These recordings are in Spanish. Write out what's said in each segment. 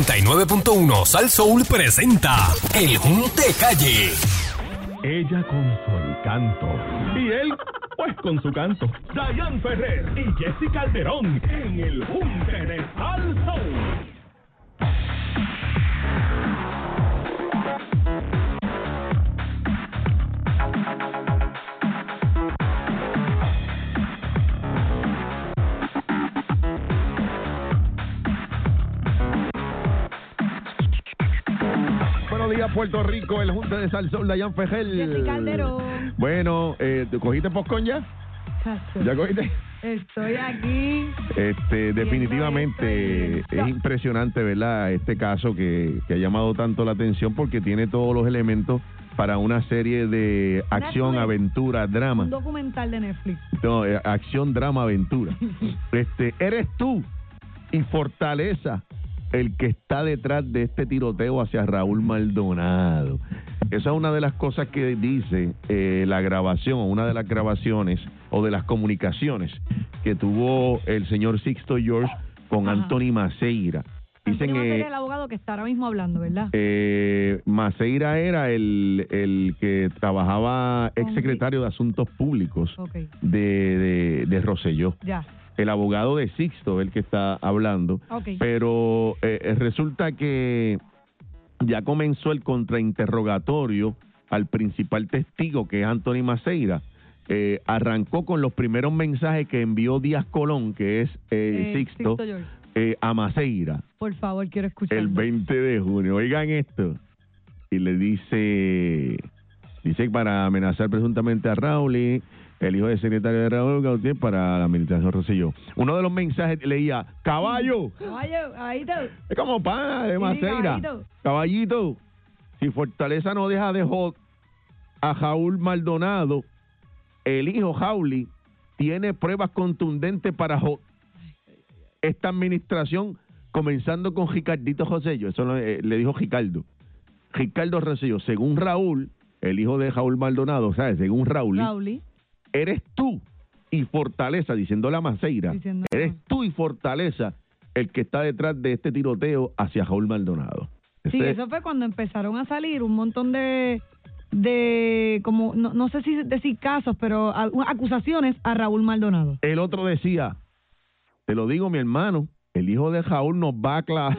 99.1 Sal Soul presenta El Junte Calle. Ella con su encanto. Y él, pues con su canto. Dayan Ferrer y Jesse Calderón en el Junte de Sal Soul. Buenos días, Puerto Rico, el Junta de Salsón, Dayan Jessy Fejel. Calderón. Bueno, eh, ¿tú ¿cogiste postcón ya? Chacho, ¿Ya cogiste? Estoy aquí. Este, definitivamente esto y esto. es impresionante, ¿verdad? Este caso que, que ha llamado tanto la atención porque tiene todos los elementos para una serie de Una acción, novela. aventura, drama. Un documental de Netflix. No, eh, acción, drama, aventura. Este, eres tú y Fortaleza el que está detrás de este tiroteo hacia Raúl Maldonado. Esa es una de las cosas que dice eh, la grabación, o una de las grabaciones o de las comunicaciones que tuvo el señor Sixto George con Ajá. Anthony Maceira. Dicen eh, Antonio que Maceira, el abogado que está ahora mismo hablando, ¿verdad? eh, Maceira era el, el que trabajaba Con- exsecretario de Asuntos Públicos ok, de, de, de Rosselló. ya. El abogado de Sixto, el que está hablando. Ok. Pero eh, resulta que ya comenzó el contrainterrogatorio al principal testigo, que es Anthony Maceira. Eh, arrancó con los primeros mensajes que envió Díaz Colón, que es Eh, eh, Sixto, Sixto George. eh, a Maceira Por favor, quiero escuchar. el 20 de junio. Oigan esto. Y le dice, dice que para amenazar presuntamente a Raúl, y el hijo del secretario de Raúl Gautier para la administración Rosselló. Uno de los mensajes leía, caballo, ahí te... es como Ah, pana de Sí, Maceira. caballito. Caballito, si Fortaleza no deja de jod a Jaúl Maldonado, el hijo Jauli tiene pruebas contundentes para jo- esta administración, comenzando con Ricardito Rosello. Eso lo- eh, le dijo Ricardo. Ricardo Rosello, según Raúl, el hijo de Jaúl Maldonado, ¿sabes? Según Raúl, Rauli, eres tú y Fortaleza, diciendo la Maceira, diciendo... eres tú y Fortaleza el que está detrás de este tiroteo hacia Jaúl Maldonado. Sí, Ese- eso fue cuando empezaron a salir un montón de de como no, no sé si decir casos pero a- acusaciones a Raúl Maldonado El otro decía, te lo digo mi hermano, el hijo de Jaúl nos va a cla-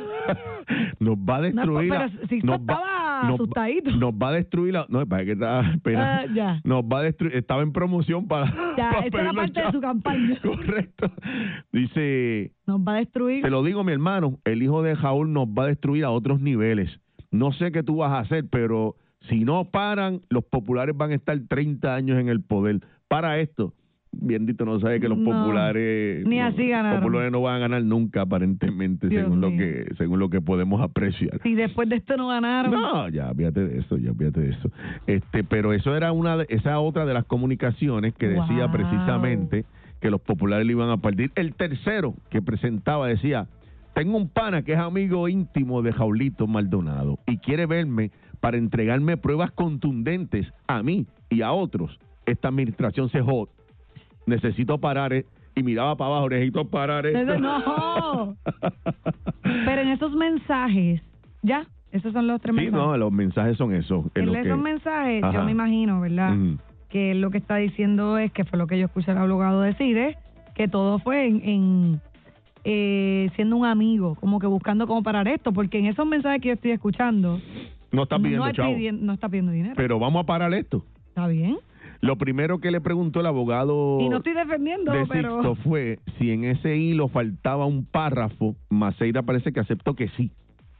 nos va a destruir. pero a- Sixto estaba nos va- asustadito. Nos va a destruir. la- no, para que estaba esperando. Ah, ya. Nos va a destruir. Estaba en promoción para. Ya, para esa era pedirle parte de chavo. su campaña. Correcto. Dice, nos va a destruir te lo digo mi hermano, el hijo de Jaúl nos va a destruir a otros niveles. No sé qué tú vas a hacer, pero si no paran, los populares van a estar 30 años en el poder. Para esto, bendito no sabe que los No, populares ni no, así ganaron. Los populares no van a ganar nunca aparentemente, Dios según lo mío. que según lo que podemos apreciar. si después de esto no ganaron No, ya, fíjate de eso, ya, fíjate de eso. Este, pero eso era una, de- esa otra de las comunicaciones que decía Wow. precisamente que los populares le iban a partir. El tercero que presentaba decía, tengo un pana que es amigo íntimo de Jaulito Maldonado y quiere verme para entregarme pruebas contundentes a mí y a otros. Esta administración se jod. Necesito parar. eh, Y miraba para abajo, necesito parar. eh. Eso no. Pero en esos mensajes, ya, esos son los tres Sí, mensajes. no, los mensajes son esos. es en lo esos que- mensajes, Ajá. yo me imagino, ¿verdad? Ujú. Que él lo que está diciendo es que fue lo que yo escuché al abogado decir, es que todo fue en, en, eh, siendo un amigo, como que buscando cómo parar esto, porque en esos mensajes que yo estoy escuchando, No está pidiendo no, es chavo. pidien- no está pidiendo dinero. Pero vamos a parar esto. ¿Está bien? Lo primero que le preguntó el abogado Y no estoy defendiendo, Oh, de pero... Sixto fue si en ese hilo faltaba un párrafo. Maceira parece que aceptó que sí,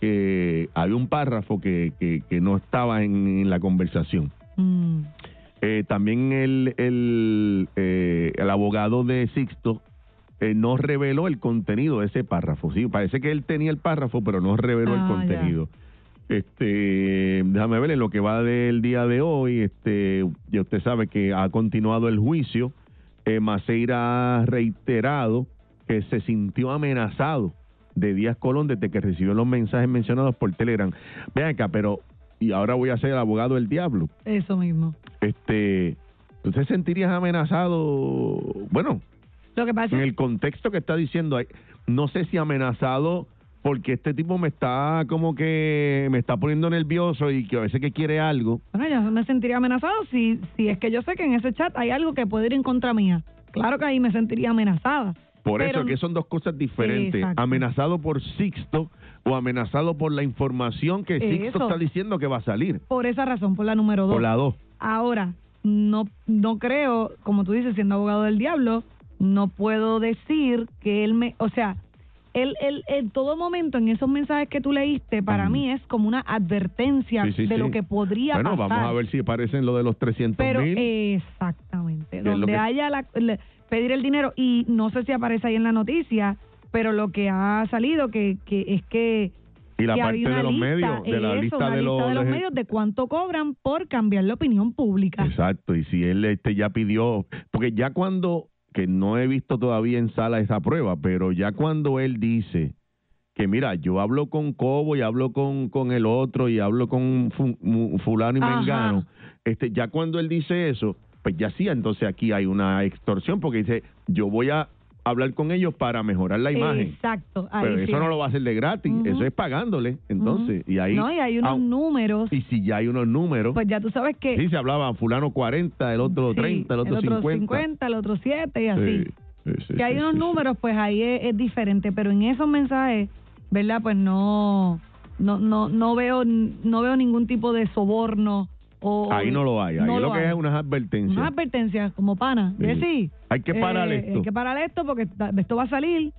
que había un párrafo que, que, que no estaba en, en la conversación. Mm, Eh, también el, el, eh, el abogado de Sixto eh, no reveló el contenido de ese párrafo. Sí, parece que él tenía el párrafo, pero no reveló el Ah, ya. contenido. Este, déjame ver en lo que va del día de hoy. Este, ya usted sabe que ha continuado el juicio. Eh, Maceira ha reiterado que se sintió amenazado de Díaz Colón desde que recibió los mensajes mencionados por Telegram. Vean acá, pero y ahora voy a ser el abogado del diablo. eso mismo. Este, ¿tú te sentirías amenazado? Bueno, Lo que pasa en es el contexto que está diciendo, ahí, no sé si amenazado porque este tipo me está como que me está poniendo nervioso y que a veces que quiere algo. Bueno, yo me sentiría amenazado si, si es que yo sé que en ese chat hay algo que puede ir en contra mía. Claro que ahí me sentiría amenazada. Por eso Pero- que son dos cosas diferentes. Exacto. Amenazado por Sixto o amenazado por la información que Sixto Eso. está diciendo que va a salir. Por esa razón, por la número dos. Por la dos. Ahora, no, no creo, como tú dices, siendo abogado del diablo, no puedo decir que él me, o sea, él, él en todo momento en esos mensajes que tú leíste, para mí es como una advertencia Sí, sí, de sí. lo que podría Bueno, pasar. vamos a ver si aparecen lo de los 300 Pero mil. exactamente, es lo donde que- haya la, le- pedir el dinero y no sé si aparece ahí en la noticia, pero lo que ha salido que, que es que y la que parte había una de los lista, medios, de la eso, lista, una de, los, de- medios de cuánto cobran por cambiar la opinión pública. Exacto, y si él este ya pidió, porque ya cuando, que no he visto todavía en sala esa prueba, pero ya cuando él dice que mira, yo hablo con Cobo y hablo con, con el otro y hablo con fu- mu- fulano y Ajá. mengano, este ya cuando él dice eso, pues ya sí, entonces aquí hay una extorsión porque dice, yo voy a hablar con ellos para mejorar la imagen. Exacto. ahí Pero sí. eso no lo va a hacer de gratis, Ujú. eso es pagándole, entonces, y ahí No, y hay unos ah, números, y si ya hay unos números, pues ya tú sabes que... Sí, se hablaba fulano 40, el otro sí, 30, el otro, 50. el otro 7 y así. Sí, sí, sí, que hay sí, unos sí. números, pues ahí es, es diferente, pero en esos mensajes, ¿verdad? Pues no, no, no, no veo, no veo ningún tipo de soborno o Ahí no lo hay, ahí no lo, que hay. hay es unas advertencias. Unas advertencias como pana, Sí. de sí. Hay que parar eh, esto. Hay que parar esto porque ta- esto va a salir.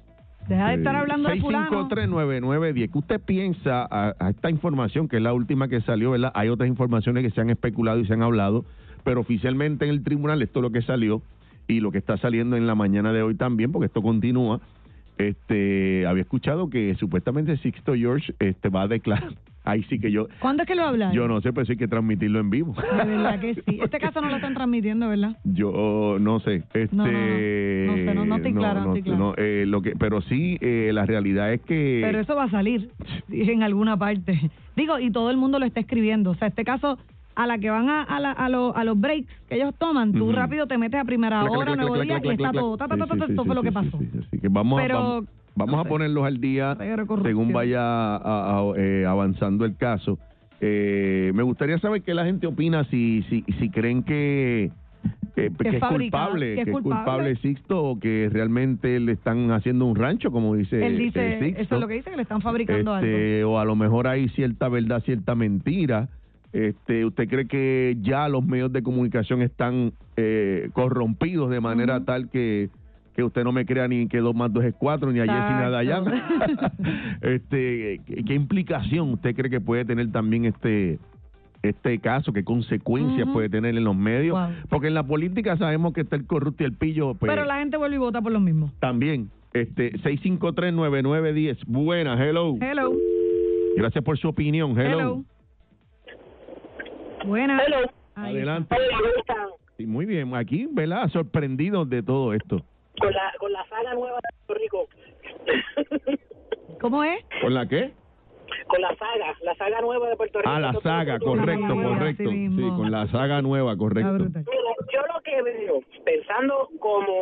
Deja de estar hablando de fulano. 6539910. ¿Qué usted piensa a, a esta información, que es la última que salió, ¿verdad? Hay otras informaciones que se han especulado y se han hablado, pero oficialmente en el tribunal esto es lo que salió y lo que está saliendo en la mañana de hoy también, porque esto continúa. Este, había escuchado que supuestamente Sixto George este va a declarar. Ahí sí que yo ¿Cuándo es que lo hablan? Yo no sé, pero sí hay que transmitirlo en vivo. De verdad que sí. Este caso no lo están transmitiendo, ¿verdad? Yo no sé. Este, No, no, no. No sé, no- no estoy clara, no estoy clara. no, eh, lo que, pero sí, eh, la realidad es que. Pero eso va a salir en alguna parte. Digo, y todo el mundo lo está escribiendo. O sea, este caso, a la que van a, a, la- a, lo- a los breaks que ellos toman, tú Ujú. rápido te metes a primera Clac, hora, clac, nuevo clac, día, clac, y clac, está clac, todo. Ta, ta, ta, ta, clac. ta, Sí, Esto sí, fue lo sí, que sí, pasó. sí, sí. Así que vamos, Pero, a, vamos, vamos no a sé. ponerlos al día Reguero corrupción. según vaya a- a- eh, avanzando el caso. Eh, me gustaría saber qué la gente opina si, si, si creen que. eh, que es fabricado, culpable, que es culpable Sixto o que realmente le están haciendo un rancho, como dice, Él dice, eh, Sixto. eso es lo que dice, que le están fabricando algo. Este, O a lo mejor hay cierta verdad, cierta mentira. Este, ¿Usted cree que ya los medios de comunicación están eh, corrompidos de manera Ujú. tal que, que usted no me crea ni que 2 más 2 es 4, ni a Jessy Exacto. Dayan? este, ¿qué, qué implicación usted cree que puede tener también este este caso? ¿Qué consecuencias Ujú. puede tener en los medios? Wow. Porque en la política sabemos que está el corrupto y el pillo. Pues, Pero la gente vuelve y vota por lo mismo. También, este, 6539910. Buenas, hello. Hello. Gracias por su opinión. Hello. Buenas. Hello. Ahí Adelante. Hola, ¿cómo están? Sí, muy bien. Aquí, ¿verdad? Sorprendidos de todo esto. Con la, con la saga nueva de Puerto Rico. está. ¿Cómo es? ¿Con la qué? con la saga, la saga nueva de Puerto Rico. Ah, la saga, correcto, nueva, correcto. así Sí, mismo. con la saga nueva, Está correcto. brutal. Mira, yo lo que veo, pensando como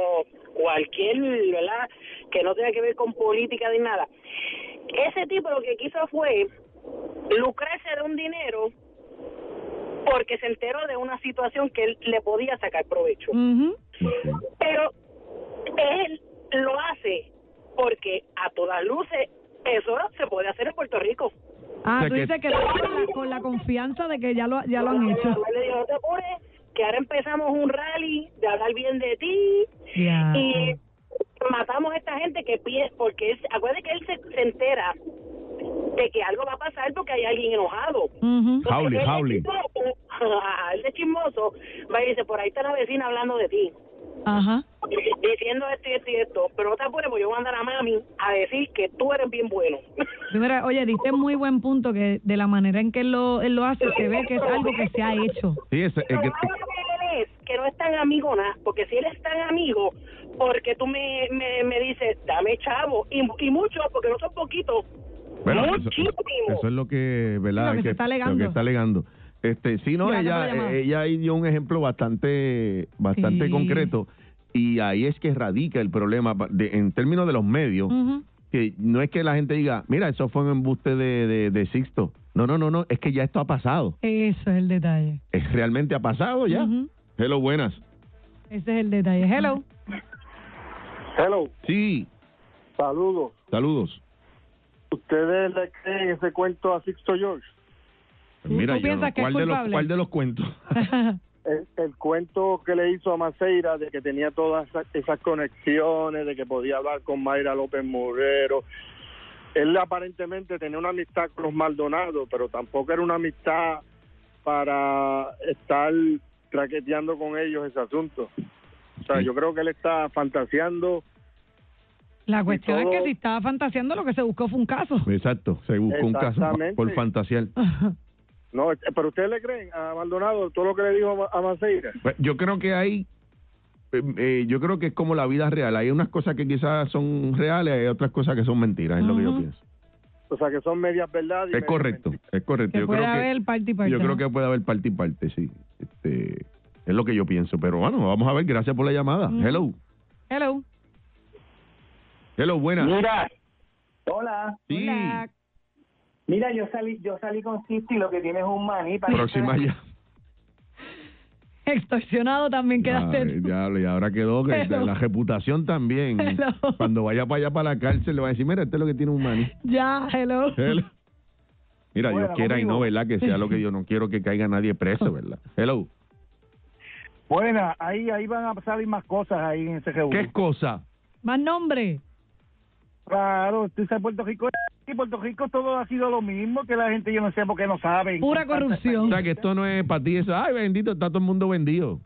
cualquier, ¿verdad? Que no tenga que ver con política ni nada. Ese tipo lo que quiso fue lucrarse de un dinero porque se enteró de una situación que él le podía sacar provecho. Ujú. Ok. pero él lo hace porque a todas luces eso se puede hacer en Puerto Rico. Ah, O sea tú que- dices que lo hace con la, con la confianza de que ya lo, ya lo han hecho. Le digo, no te apures, que ahora empezamos un rally de hablar bien de ti Ah. Ya. y matamos a esta gente que pide, porque él, acuérdate que él se, se entera de que algo va a pasar porque hay alguien enojado. Ujú. Entonces, Howling, él de howling. chismoso, él de chismoso va y dice, por ahí está la vecina hablando de ti. Ajá. diciendo esto y esto y esto, pero no te apures, porque yo voy a andar a mami a decir que tú eres bien bueno. Sí, mira, oye, diste muy buen punto que de la manera en que él lo, él lo hace se ve que es algo que se ha hecho. Sí, ese- Lo es que- malo de él es que no es tan amigo nada, porque si él es tan amigo, porque tú me, me, me dices, dame chavo, y, y mucho, porque no son poquitos. bueno, eso, Muchísimo. eso es lo que, Sí, ¿verdad? lo que se está alegando. lo que está alegando. Este, sí, no, Mira, ya ella, fue la llamada. eh, ella ahí dio un ejemplo bastante, bastante Sí. Mm. concreto y ahí es que radica el problema pa- de- en términos de los medios. Ujú. que no es que la gente diga, mira, eso fue un embuste de, de, de Sixto. No, no, no, no, es que ya esto ha pasado. Eso es el detalle. Es, realmente ha pasado ya. Ujú. Hello, buenas. Ese es el detalle. Hello. Hello, Sí, saludos. saludos. ¿Ustedes le creen ese cuento a Sixto George? ¿Tú- Mira, tú yo no- piensas que es ¿cuál, de los, culpable? ¿cuál de los cuentos? El, el cuento que le hizo a Maceira de que tenía todas esas, esas conexiones, de que podía hablar con Mayra López Murrero. Él aparentemente tenía una amistad con los Maldonados, pero tampoco era una amistad para estar traqueteando con ellos ese asunto. O sea, Sí. yo creo que él está fantaseando. La Pues cuestión Pues es que todo- si estaba fantaseando, lo que se buscó fue un caso. Exacto, se buscó un caso Exactamente. por fantasear. No, eh, pero ¿ustedes le creen a Maldonado todo lo que le dijo a Ma- a Maceira? Pues, Yo creo que hay, eh, eh, yo creo que es como la vida real. Hay unas cosas que quizás son reales, hay otras cosas que son mentiras, es lo que yo Ujú. pienso. O sea, que son medias verdades. y Es medias correcto, mentiras. es correcto. que Yo creo puede haber pues, que, el party party. yo creo que puede haber parte y parte, sí. Este, es lo que yo pienso. Pero bueno, vamos a ver, gracias por la llamada. Ujú. Hello, Hello. hello, buenas. Mira, hola. Sí, Hola. Mira, yo salí, yo salí con Sisti, lo que tiene es un maní. para- próxima ya. Extorsionado también quedaste. Ay, tú. diablo, y ahora quedó que Hello. la reputación también. Hello. Cuando vaya para allá para la cárcel, le va a decir, mira, este es lo que tiene un maní. Ya, hello. Hello. Mira, Dios Bueno, quiera y no, conmigo. ¿verdad? Que sea lo que yo no quiero que caiga nadie preso, ¿verdad? Hello. Buena, ahí, ahí van a salir más cosas ahí en ese ¿Qué reúno. cosa? Más nombre. Claro, tú sabes Puerto Rico. En Puerto Rico todo ha sido lo mismo, que la gente yo no sé por qué no saben. Pura O corrupción. sea, que esto no es para ti eso. Ay, bendito, está todo el mundo vendido.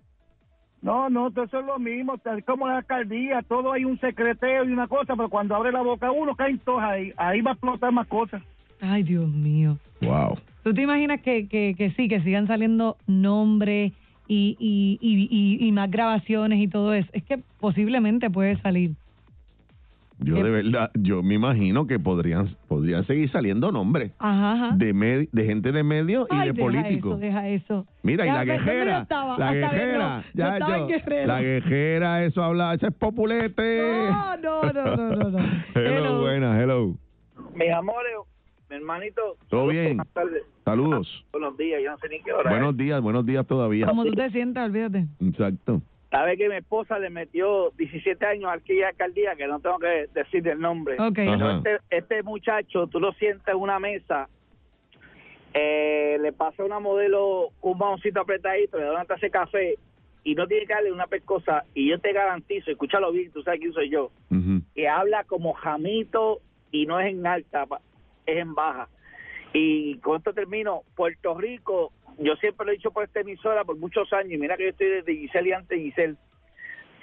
No, no, todo eso es lo mismo, tal como la alcaldía, todo hay un secreteo y una cosa, pero cuando abre la boca uno caen todos ahí, ahí va a explotar más cosas. Ay, Dios mío. Wow. ¿Tú te imaginas que, que, que sí, que sigan saliendo nombres y, y, y, y, y más grabaciones y todo eso? Es que posiblemente puede salir. Yo ¿Qué? de verdad, yo me imagino que podrían, podrían seguir saliendo nombres Ajá, ajá. de, medi- de gente de medios y Ay, de deja políticos. Eso, deja eso. Mira, y Ya, la ¿dónde yo guejera. estaba? la Hasta bien, guejera. no. Yo estaba en Guerrero. la guejera, eso habla, eso es populete. No, no, no, no, no, no. hello, Hello. buenas, hello. Mis amores, eh, mi hermanito. ¿Todo bien? tardes. Saludos. Buenos días, yo no sé ni qué hora. Buenos días, buenos días todavía. Como tú te sientas, olvídate. Exacto. Sabes que mi esposa le metió 17 años a aquella alcaldía, que no tengo que decir el nombre. Ok. Ajá. Este, este muchacho, tú lo sientas en una mesa, eh, le pasa una modelo un mamoncito apretadito, le da una taza de café y no tiene que darle una pescosa. Y yo te garantizo, escúchalo bien, tú sabes quién soy yo, Ujú. que habla como jamito y no es en alta, pa- es en baja. Y con esto termino. Puerto Rico, yo siempre lo he dicho por esta emisora por muchos años, y mira que yo estoy desde Giselle y antes de Giselle.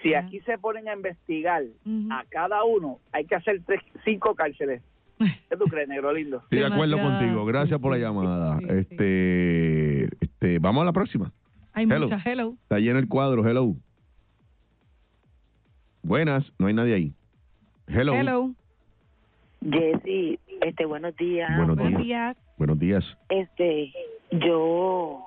Si Ajá. aquí se ponen a investigar Ujú. a cada uno, hay que hacer tres, cinco cárceles. ¿Qué tú crees, negro lindo? Estoy de acuerdo Demasiada- contigo. Gracias por la sí, sí, llamada. sí, sí. Este, este, vamos a la próxima. Hay Hello. muchas, hello. Está lleno el cuadro. Hello. Buenas, no hay nadie ahí. Hello. Hello. Jessy, este, buenos días. Buenos Buenos días. días. Buenos días. Este, yo,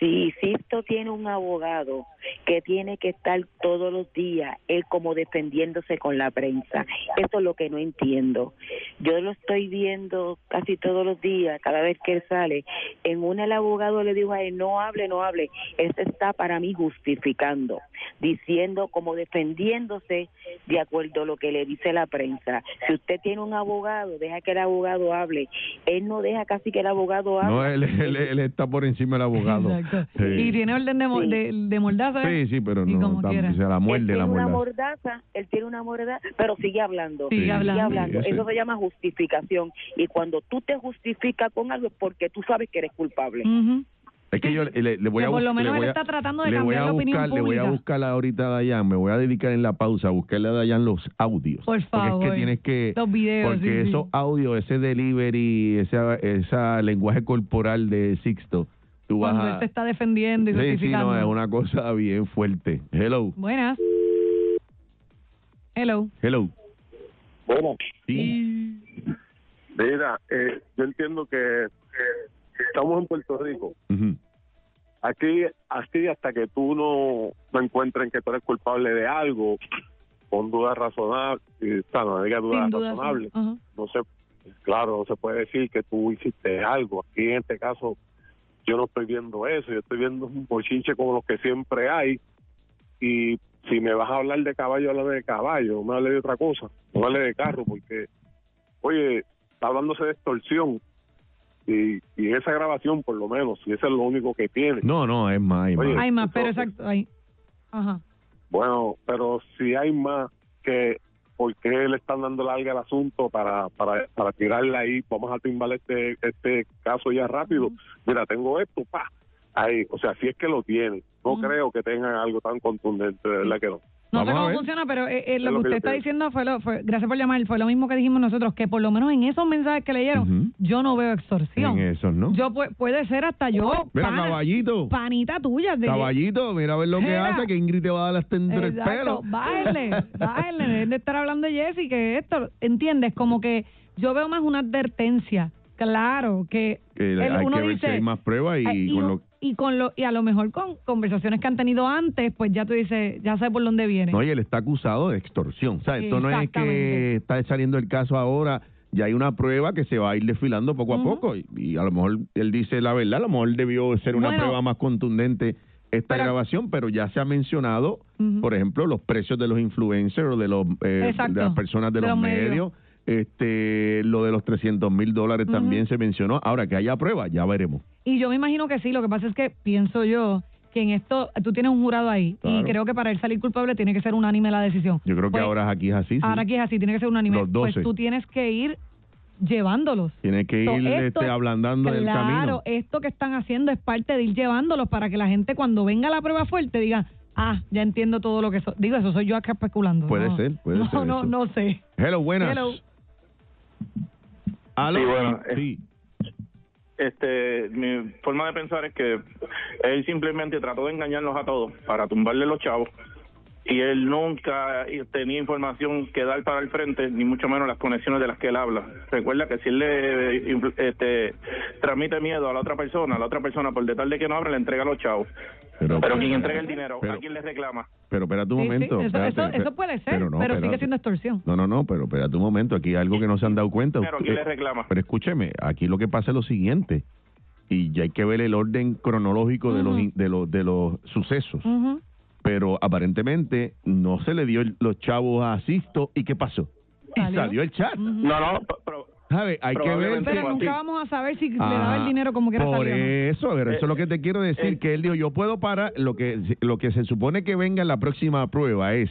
si Sisto tiene un abogado que tiene que estar todos los días, él como defendiéndose con la prensa. Eso es lo que no entiendo. Yo lo estoy viendo casi todos los días, cada vez que él sale. En una el abogado le dijo a él, no hable, no hable. Él se está para mí justificando, diciendo como defendiéndose de acuerdo a lo que le dice la prensa. Si usted tiene un abogado, deja que el abogado hable. Él no deja casi que el abogado hable. No, él, él- él está por encima del abogado. Exacto. Sí. Y tiene orden de, mo- Sí. de, de mordaza. ¿eh? Sí, sí, pero Y no. como tam- quiera. o sea, la muerde, él tiene la una muerde. mordaza, él tiene una mordaza, pero sigue hablando. Sigue Sí, hablando. hablando. sí, Eso sí. se llama justificación. Y cuando tú te justificas con algo es porque tú sabes que eres culpable. Ujú. Es que yo le- le, le voy a Que por lo bus- menos él le voy a- está tratando de le voy cambiar a la opinión buscar, Le voy a pública. buscar ahorita a Dayan, me voy a dedicar en la pausa a buscarle a Dayan los audios. Por Porque es favor. que tienes que... Los videos. eh, Porque sí, sí. esos audios, ese delivery, esa, esa lenguaje corporal de Sixto, tú vas Cuando a... él te está defendiendo y Ah. sí, sí, justificando. no, es una cosa bien fuerte. Hello, Buenas. Hello. hello. Bueno, Sí. mira, eh, yo entiendo que eh, estamos en Puerto Rico. Ujú. Aquí, aquí hasta que tú no, no encuentren que tú eres culpable de algo, con dudas razonables, no diga dudas Sin duda. razonables. Ajá. No se, claro, no se puede decir que tú hiciste algo. Aquí en este caso, yo no estoy viendo eso, yo estoy viendo un bochinche como los que siempre hay. Y si me vas a hablar de caballo, háblame de caballo, no me hable de otra cosa, no me hable de carro, porque, oye, está hablándose de extorsión. Y, y esa grabación, por lo menos, y eso es lo único que tiene. No, no, es más, es más. Oye, Hay más, eso- pero exacto. Hay. Ajá. Bueno, pero si hay más que por qué le están dando larga al asunto para, para, para tirarla ahí, vamos a timbar este, este caso ya rápido. Mira, tengo esto, pa. Ahí, o sea, si es que lo tienen. No Ujú. creo que tengan algo tan contundente, de verdad que no. No Vamos sé a cómo ver. funciona, pero eh, eh, Es lo lo que que usted yo está creo. diciendo fue, lo, fue- gracias por llamar, fue lo mismo que dijimos nosotros, que por lo menos en esos mensajes que leyeron, Ujú. yo no veo extorsión. En esos, ¿no? Yo pu- puede ser hasta yo, Mira, pana, caballito. panita tuya. De, Caballito, mira a ver lo que Mira. hace, que Ingrid te va a dar las tendas en el Exacto, pelo. bájale, bájale, dejen de estar hablando de Jessy, que esto, ¿entiendes? Como que yo veo más una advertencia, claro, que Que le- el- hay uno que ver dice, si hay más pruebas y, eh, con lo- y con lo- y a lo mejor con conversaciones que han tenido antes, pues ya tú dices, ya sé por dónde viene. No, y él está acusado de extorsión. O sea, esto no es que Exactamente. está saliendo el caso ahora, ya hay una prueba que se va a ir desfilando poco a Ujú. poco. Y, y a lo mejor él dice la verdad, a lo mejor debió ser una Bueno. prueba más contundente esta Pero- grabación, pero ya se ha mencionado, Ujú. por ejemplo, los precios de los influencers o de, los, eh, Exacto, de las personas de, de los, los medios. medios. Este, lo de los 300 mil dólares Ujú. también se mencionó. Ahora que haya prueba, ya veremos. Y yo me imagino que sí, lo que pasa es que pienso yo que en esto tú tienes un jurado ahí Claro. y creo que para él salir culpable tiene que ser unánime la decisión. Yo creo Pues, que ahora aquí es así. sí. Ahora aquí es así, tiene que ser unánime. Los Pues 12. tú tienes que ir llevándolos. Tiene que So, ir esto- este, ablandando el claro, eh, camino. esto que están haciendo es parte de ir llevándolos para que la gente cuando venga la prueba fuerte diga, ah, ya entiendo todo lo que... so-". Digo, eso soy yo acá especulando. Puede no. ser, puede no, ser No, eso. no sé. Hello, buenas. Hello. ¿Aló? Sí, bueno, eh. Sí. Este, mi forma de pensar es que él simplemente trató de engañarnos a todos para tumbarle los chavos y él nunca eh, tenía información que dar para el frente, ni mucho menos las conexiones de las que él habla. Recuerda que si él le eh, influ- este, transmite miedo a la otra persona, la otra persona por detalle que no abra le entrega los chavos. Pero, Pero quien entrega el dinero, Pero- ¿a quién le reclama? pero espérate un Sí, sí, momento. eso- espérate, eso- eso puede ser, pero sigue siendo extorsión. No, no, no, pero espérate un momento. Aquí hay algo que no se han dado cuenta. Pero, ¿quién le reclama? pero escúcheme, aquí lo que pasa es lo siguiente. Y ya hay que ver el orden cronológico de, los, Ujú. in- de, los, de los sucesos. Ujú. Pero aparentemente no se le dio el- los chavos a Sisto. ¿Y qué pasó? Y Salió. salió el chat. Ujú. No, no, pero ¿Sabe? Hay que ver. Probablemente Pero Sí, nunca sí. vamos a saber si le Ajá. daba el dinero como quiera Ah, Por salió o no. Eh, eso, pero eso es lo que te quiero decir, que él dijo, yo puedo parar, lo que, lo que se supone que venga en la próxima prueba es,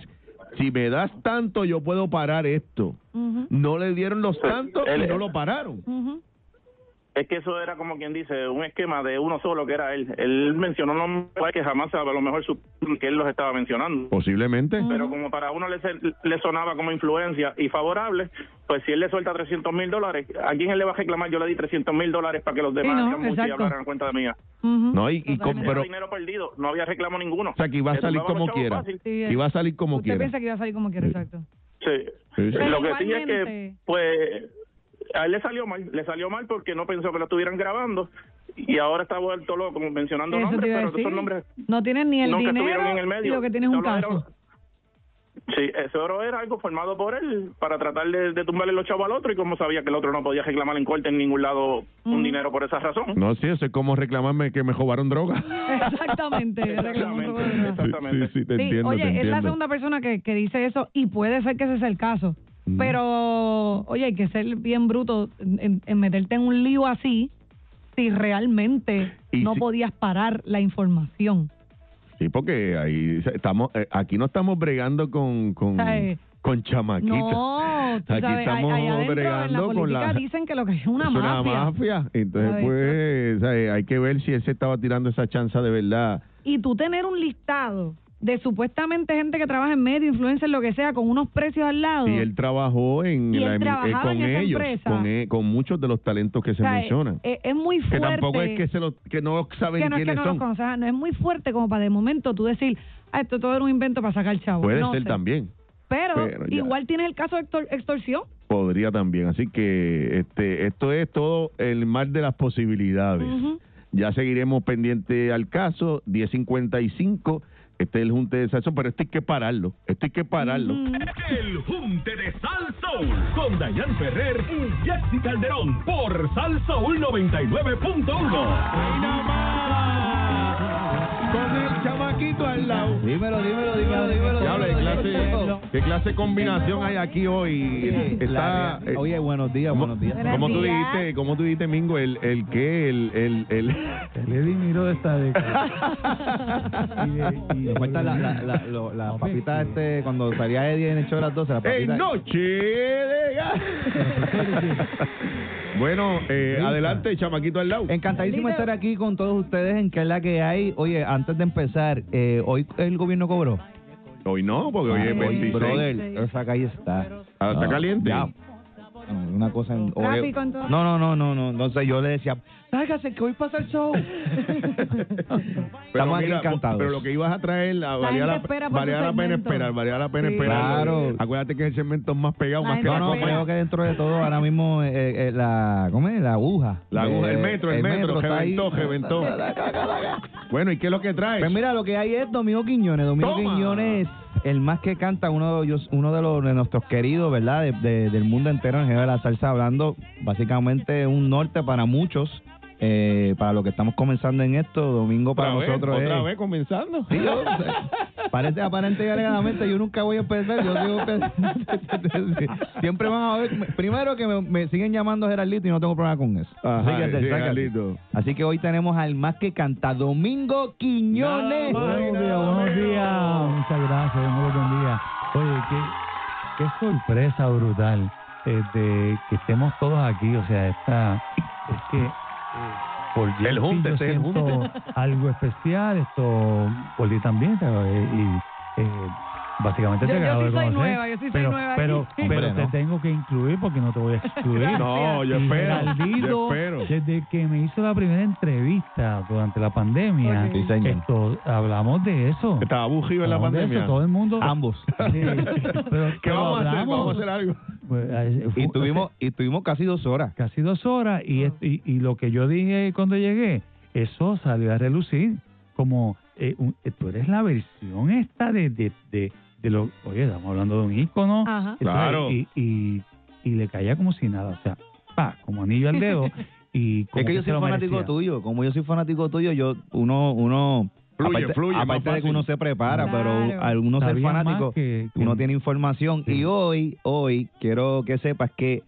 si me das tanto, yo puedo parar esto. Ujú, No le dieron los tantos Pues, él- y no lo pararon. ujú. Es que eso era como quien dice, un esquema de uno solo que era él. Él mencionó nombres que jamás a lo mejor supieron que él los estaba mencionando. Posiblemente. Pero como para uno le, se- le sonaba como influencia y favorable, pues si él le suelta 300 mil dólares, ¿a quién él le va a reclamar? Yo le di 300 mil dólares para que los demás no, hicieran mucho y exacto. hablaran en cuenta de mía. Ujú. No, y, y con- Era pero, o dinero perdido, no había reclamo ninguno. sea, que iba a Le salir tumbaban como los chavos quiera. fácil. Sí, Que iba a salir como Usted quiera. piensa que iba a salir como quiera, Sí. exacto. Sí. Sí, sí. Pero Lo que sí es igualmente- que, pues, a él le salió mal, le salió mal porque no pensó que lo estuvieran grabando y ahora está vuelto loco mencionando Eso te nombres, iba a pero decir. esos nombres No tienen ni el nunca dinero estuvieron en el medio. y lo que tienen es un Solo era- caso. Sí, eso oro era algo formado por él para tratar de, de tumbarle los chavos al otro y como sabía que el otro no podía reclamar en corte en ningún lado un Mm. dinero por esa razón. No, sí, eso es como reclamarme que me robaron droga. Exactamente. reclamó un robo de nada. Exactamente. Sí, sí, te Sí, entiendo, oye, te es la entiendo. segunda persona que, que dice eso y puede ser que ese sea el caso. Ujú. Pero, oye, hay que ser bien bruto en, en- en meterte en un lío así si realmente Y no si- podías parar la información. Sí, porque ahí estamos, eh, aquí no estamos bregando con, con, Ay. con chamaquitas. eh, No, tú aquí sabes, estamos ahí- ahí adentro, en la bregando política con la. dicen que lo que es una es mafia. mafia. Entonces, ¿Sabes? pues, ¿sabes? hay que ver si él se estaba tirando esa chanza de verdad. Y tú tener un listado de supuestamente gente que trabaja en medio, influencers, lo que sea, con unos precios al lado. Y él trabajó en Y él la emi- trabajaba con en esa ellos, empresa. con, e- con muchos de los talentos que se O sea, eh, mencionan. Es, es muy que fuerte. tampoco es que se lo, que no saben que no es quiénes que no son. los conoces, ajá, no, es muy fuerte como para de momento tú decir, ah, esto todo era un invento para sacar chavo. Puede No ser sé. también. Pero, pero ya. igual tienes el caso de extor- extorsión. Podría también. Así que este esto es todo el mar de las posibilidades. Ujú. Ya seguiremos pendiente al caso. 10.55. Este es el junte de salsa, pero esto hay que pararlo. Esto hay que pararlo. El Junte de Sal Soul con Dayan Ferrer y Jesse Calderón por Sal Soul 99.1. Con el chamaquito al lado. Dímelo, dímelo, dímelo, dímelo. Ya, dímelo, ¿qué clase, dímelo. qué clase de combinación hay aquí hoy? Está, eh, Oye, buenos días, buenos días. Buenos ¿Cómo tú días. dijiste, cómo tú dijiste, Mingo, el, el qué, el, el, el... Te le di miro de esta y, me cuesta la, la, la, lo- la papita este, cuando salía Eddie en el show a las 12, la papita... ¡En noche de gas! Bueno, eh, adelante, chamaquito al lado. Encantadísimo estar aquí con todos ustedes en que es la que hay. Oye, antes de empezar, eh, hoy el gobierno cobró. Ah, Hoy no, porque hoy es Ay, 26. Brother, esa calle está. Ah, ¿está Ah, caliente? ya. No, Una cosa en- Con tráfico, entonces. No, no, no, no, no. Entonces yo le decía, sácase que hoy pasa el show. Estamos aquí mira, encantados. Pero lo que ibas a traer, ah, valía gente la, espera por valía tu la pena segmento. esperar, valía la pena Sí. esperar. Claro. Acuérdate que es el segmento más pegado, La más que gente la No, no, espera. copa. creo que dentro de todo ahora mismo eh, eh, la, ¿cómo es? La aguja. La aguja, Eh, el metro, el metro, está ahí. reventó, reventó. Bueno, ¿y qué es lo que traes? Pues mira, lo que hay es Domingo Quiñones. Domingo Toma. Quiñones, el más que canta, uno de los, uno de, los, de nuestros queridos, ¿verdad? De- de- del mundo entero en general, la salsa hablando, básicamente un norte para muchos. Eh, para los que estamos comenzando en esto, Domingo otra para vez, nosotros otra es... vez comenzando. Sí, yo, eh, parece aparente y alegadamente, yo nunca voy a empezar, yo sigo empezando. Siempre van a ver, primero que me, me siguen llamando Geraldito y no tengo problema con eso. Ajá, Así que- sí, Geraldito. Así que hoy tenemos al más que canta, Domingo Quiñones. Buenos días, Buenos días, muchas gracias, Dios me los bendiga. Oye, qué, qué sorpresa brutal eh, de que estemos todos aquí, o sea, esta, es que eh, por Jessy El junte, yo este es el siento junte. algo especial, esto por ti también, pero, eh, y eh, básicamente Yo- te yo acabo sí de soy conocer, nueva, yo sí soy pero, nueva aquí. pero, Hombre, pero no. te tengo que incluir porque no te voy a excluir. No, yo Y espero. Yo Geraldito, espero. desde que me hizo la primera entrevista durante la pandemia, Sí, señor. esto, hablamos de eso. Estaba aburrido en la Hablamos de eso, pandemia. todo el mundo. Ambos. Sí, pero- ¿Qué pero vamos a hacer? hablamos. Vamos a hacer algo. Pues, eh, Y fu- tuvimos, y tuvimos casi dos horas. casi dos horas y, Ah. es- y, y lo que yo dije cuando llegué, eso salió a relucir como eh, un- eh, tú eres la versión esta de, de, de, de lo, oye, estamos hablando de un ícono, Ajá. Entonces, Claro. y, y, y le caía como si nada, o sea, pa, como anillo al dedo y como es que yo se soy lo fanático merecía. tuyo. Como yo soy fanático tuyo, yo uno uno Fluye, aparte, fluye, más aparte de que fácil. uno se prepara, pero Claro. al uno ser Sabía más fanático, que- que- uno tiene información Sí. y hoy hoy quiero que sepas que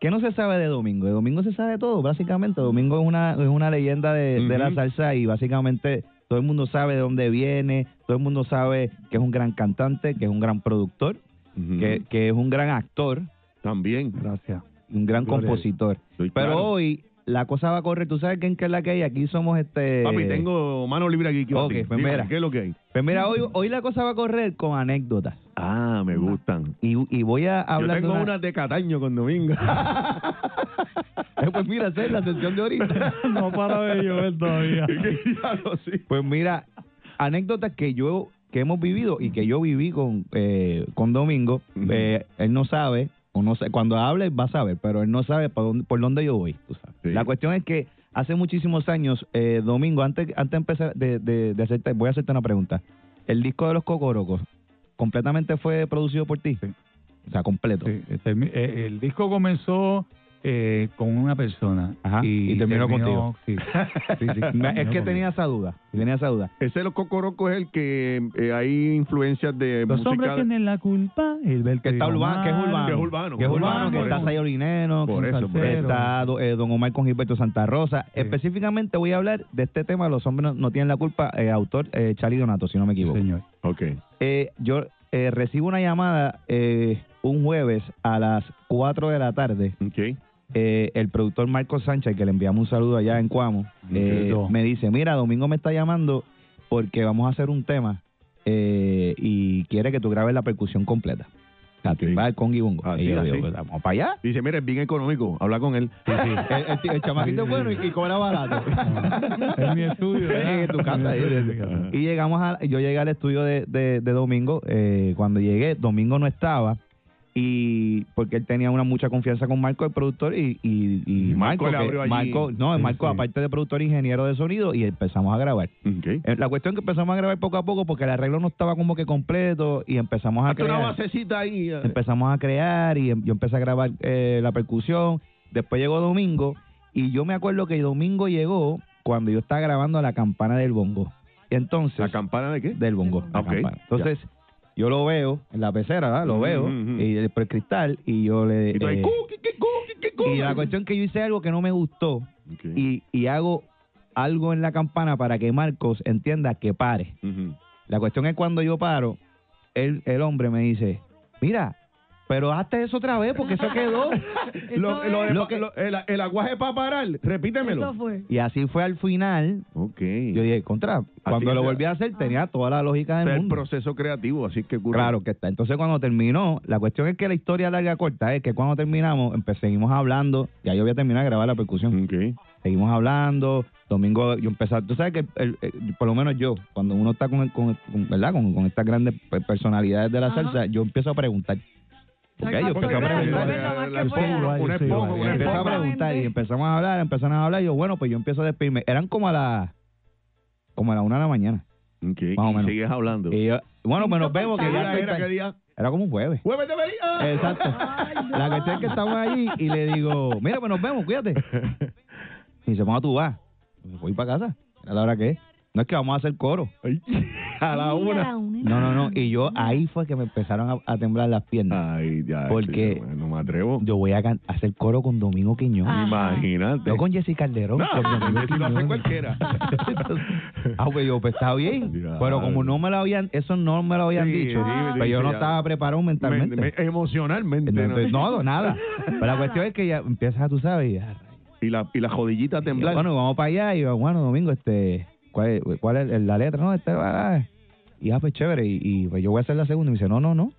que no se sabe de Domingo. De Domingo se sabe todo, básicamente. Domingo es una es una leyenda de, de la Ujú. salsa y básicamente todo el mundo sabe de dónde viene, todo el mundo sabe que es un gran cantante, que es un gran productor, que, que es un gran actor, También. Gracias. un gran Gloria a Dios. compositor. Estoy Pero claro. hoy la cosa va a correr. Tú sabes que en que es la que hay. Aquí somos este. Papi, tengo mano libre aquí. ¿qué va a Ok, decir? pues Dime, mira. ¿Qué es lo que hay? Pues mira, hoy, hoy la cosa va a correr con anécdotas. Ah, me gustan. Y, y voy a hablar Yo tengo de una... una. de Cataño con Domingo. Eh, pues mira, esa es la sesión de ahorita. No para de llover todavía. Ya lo sé. Pues mira, anécdotas que yo que hemos vivido y que yo viví con eh, con Domingo. Ujú. Eh, él no sabe, o no sé, cuando hable va a saber, pero él no sabe por dónde, por dónde yo voy. tú sabes. Sí. La cuestión es que hace muchísimos años, eh, Domingo, antes antes de empezar de, de, de hacerte, voy a hacerte una pregunta. El disco de los Cocorocos completamente fue producido por ti, o sea, completo. Sí, termi- eh, el disco comenzó eh, con una persona Ajá, y terminó contigo. Sí, sí, sí, Me- es terminó que conmigo. tenía esa duda, tenía esa duda. Ese de los cocorocos es el que eh, hay influencias de Los música. hombres tienen la culpa. Gilberto Que está urbano, que es urbano, que es urbano, que es urbano, urbano, que por está eso. Sayorineno, Por eso, por eso. está do- eh, Don Omar con Gilberto Santa Rosa. Sí. Específicamente voy a hablar de este tema, los hombres no, no tienen la culpa, eh, autor eh, Charlie Donato, si no me equivoco. Señor. Ok. Eh, yo eh, recibo una llamada eh, un jueves a las 4 de la tarde. Ok. Eh, el productor Marco Sánchez, que le enviamos un saludo allá en Cuamo, eh, Entiendo. me dice, mira, Domingo me está llamando porque vamos a hacer un tema eh, y quiere que tú grabes la percusión completa. La Ok. timba, el conga y bongo. Así, Y yo digo, así. "Pues, vamos para allá. Dice, mira, es bien económico. Habla con él. El, el ti- el chamaquito es bueno y, y cobra barato. Es mi estudio. ¿verdad? En tu casa, Mi ahí, estudio, de- mi casa. Y llegamos a, yo llegué al estudio de, de- de Domingo, eh, cuando llegué, Domingo no estaba, y porque él tenía una mucha confianza con Marco el productor y, y, y Y Marco le que- abrió allí. Marco- no Sí, Marco sí. aparte de productor ingeniero de sonido y empezamos a grabar Eh, la cuestión es que empezamos a grabar poco a poco porque el arreglo no estaba como que completo y empezamos a Hazte una crear basecita ahí. eh. empezamos a crear y em- yo empecé a grabar eh, la percusión. Después llegó Domingo y yo me acuerdo que Domingo llegó cuando yo estaba grabando la campana del bongo. Y entonces, ¿La campana de qué? Del bongo. la Ok, campana. Entonces, yo lo veo en la pecera, ¿verdad? Lo veo Ujú, ujú. y el- por el cristal y yo le... Y tú ahí, eh, y la cuestión que yo hice algo que no me gustó y, y hago algo en la campana para que Marcos entienda que pare. La cuestión es cuando yo paro, el, el hombre me dice, mira, pero hazte eso otra vez porque eso quedó. Lo- Eso lo de es. pa- lo- el, el aguaje para parar, repítemelo. Y así fue al final. Yo dije, contra, cuando que lo sea. volví a hacer tenía toda la lógica del Está el mundo. proceso creativo, así que ocurre. Claro que está. Entonces cuando terminó, la cuestión es que la historia larga corta es que cuando terminamos, empecé- seguimos hablando, ya yo había terminado de grabar la percusión. Seguimos hablando, domingo yo empecé, a- tú sabes que el- el- por lo menos yo, cuando uno está con, con- con- ¿verdad? Con, con estas grandes pe- personalidades de la Ajá. salsa, yo empiezo a preguntar. Ok, yo empecé a preguntar. La esponja, una esponja, Y una empecé a esponja. preguntar y empezamos a hablar, empezaron a hablar y yo, bueno, pues yo empiezo a despedirme. Eran como a las como a la una de la mañana. más o y menos. sigues hablando. Y yo, bueno, pues nos vemos. Que yo Era, estoy era, tan- ¿qué día? era como un jueves. ¡Huevete, María! Exacto. La cuestión es que estamos ahí y le digo, mira, pues nos vemos, cuídate. Y dice, vamos a tu vas. Me voy para casa. Era la hora que es. No es que vamos a hacer coro. A la una. No, no, no. Y yo ahí fue que me empezaron a, a temblar las piernas. Porque no me atrevo. Ah. Yo voy a can- a hacer coro con Domingo Quiñón. Imagínate. No con Jessy Calderón. No, con Domingo eso lo hace Quiñones. cualquiera. Ah, pues yo, pues está bien. Pero como no me lo habían, eso no me lo habían Sí, dicho, sí, pues yo sí, no ya. estaba preparado mentalmente. Me- me- emocionalmente. Entonces, no, no, nada. Pero la cuestión es que ya empiezas, tú sabes, y, ah, Y la, y la jodillita a temblar. bueno, vamos para allá y yo, bueno, Domingo, este, ¿cuál es, cuál es la letra? No, este, ah, ah. y ah, pues chévere, y, y, pues yo voy a hacer la segunda. Y me dice, no, no, no,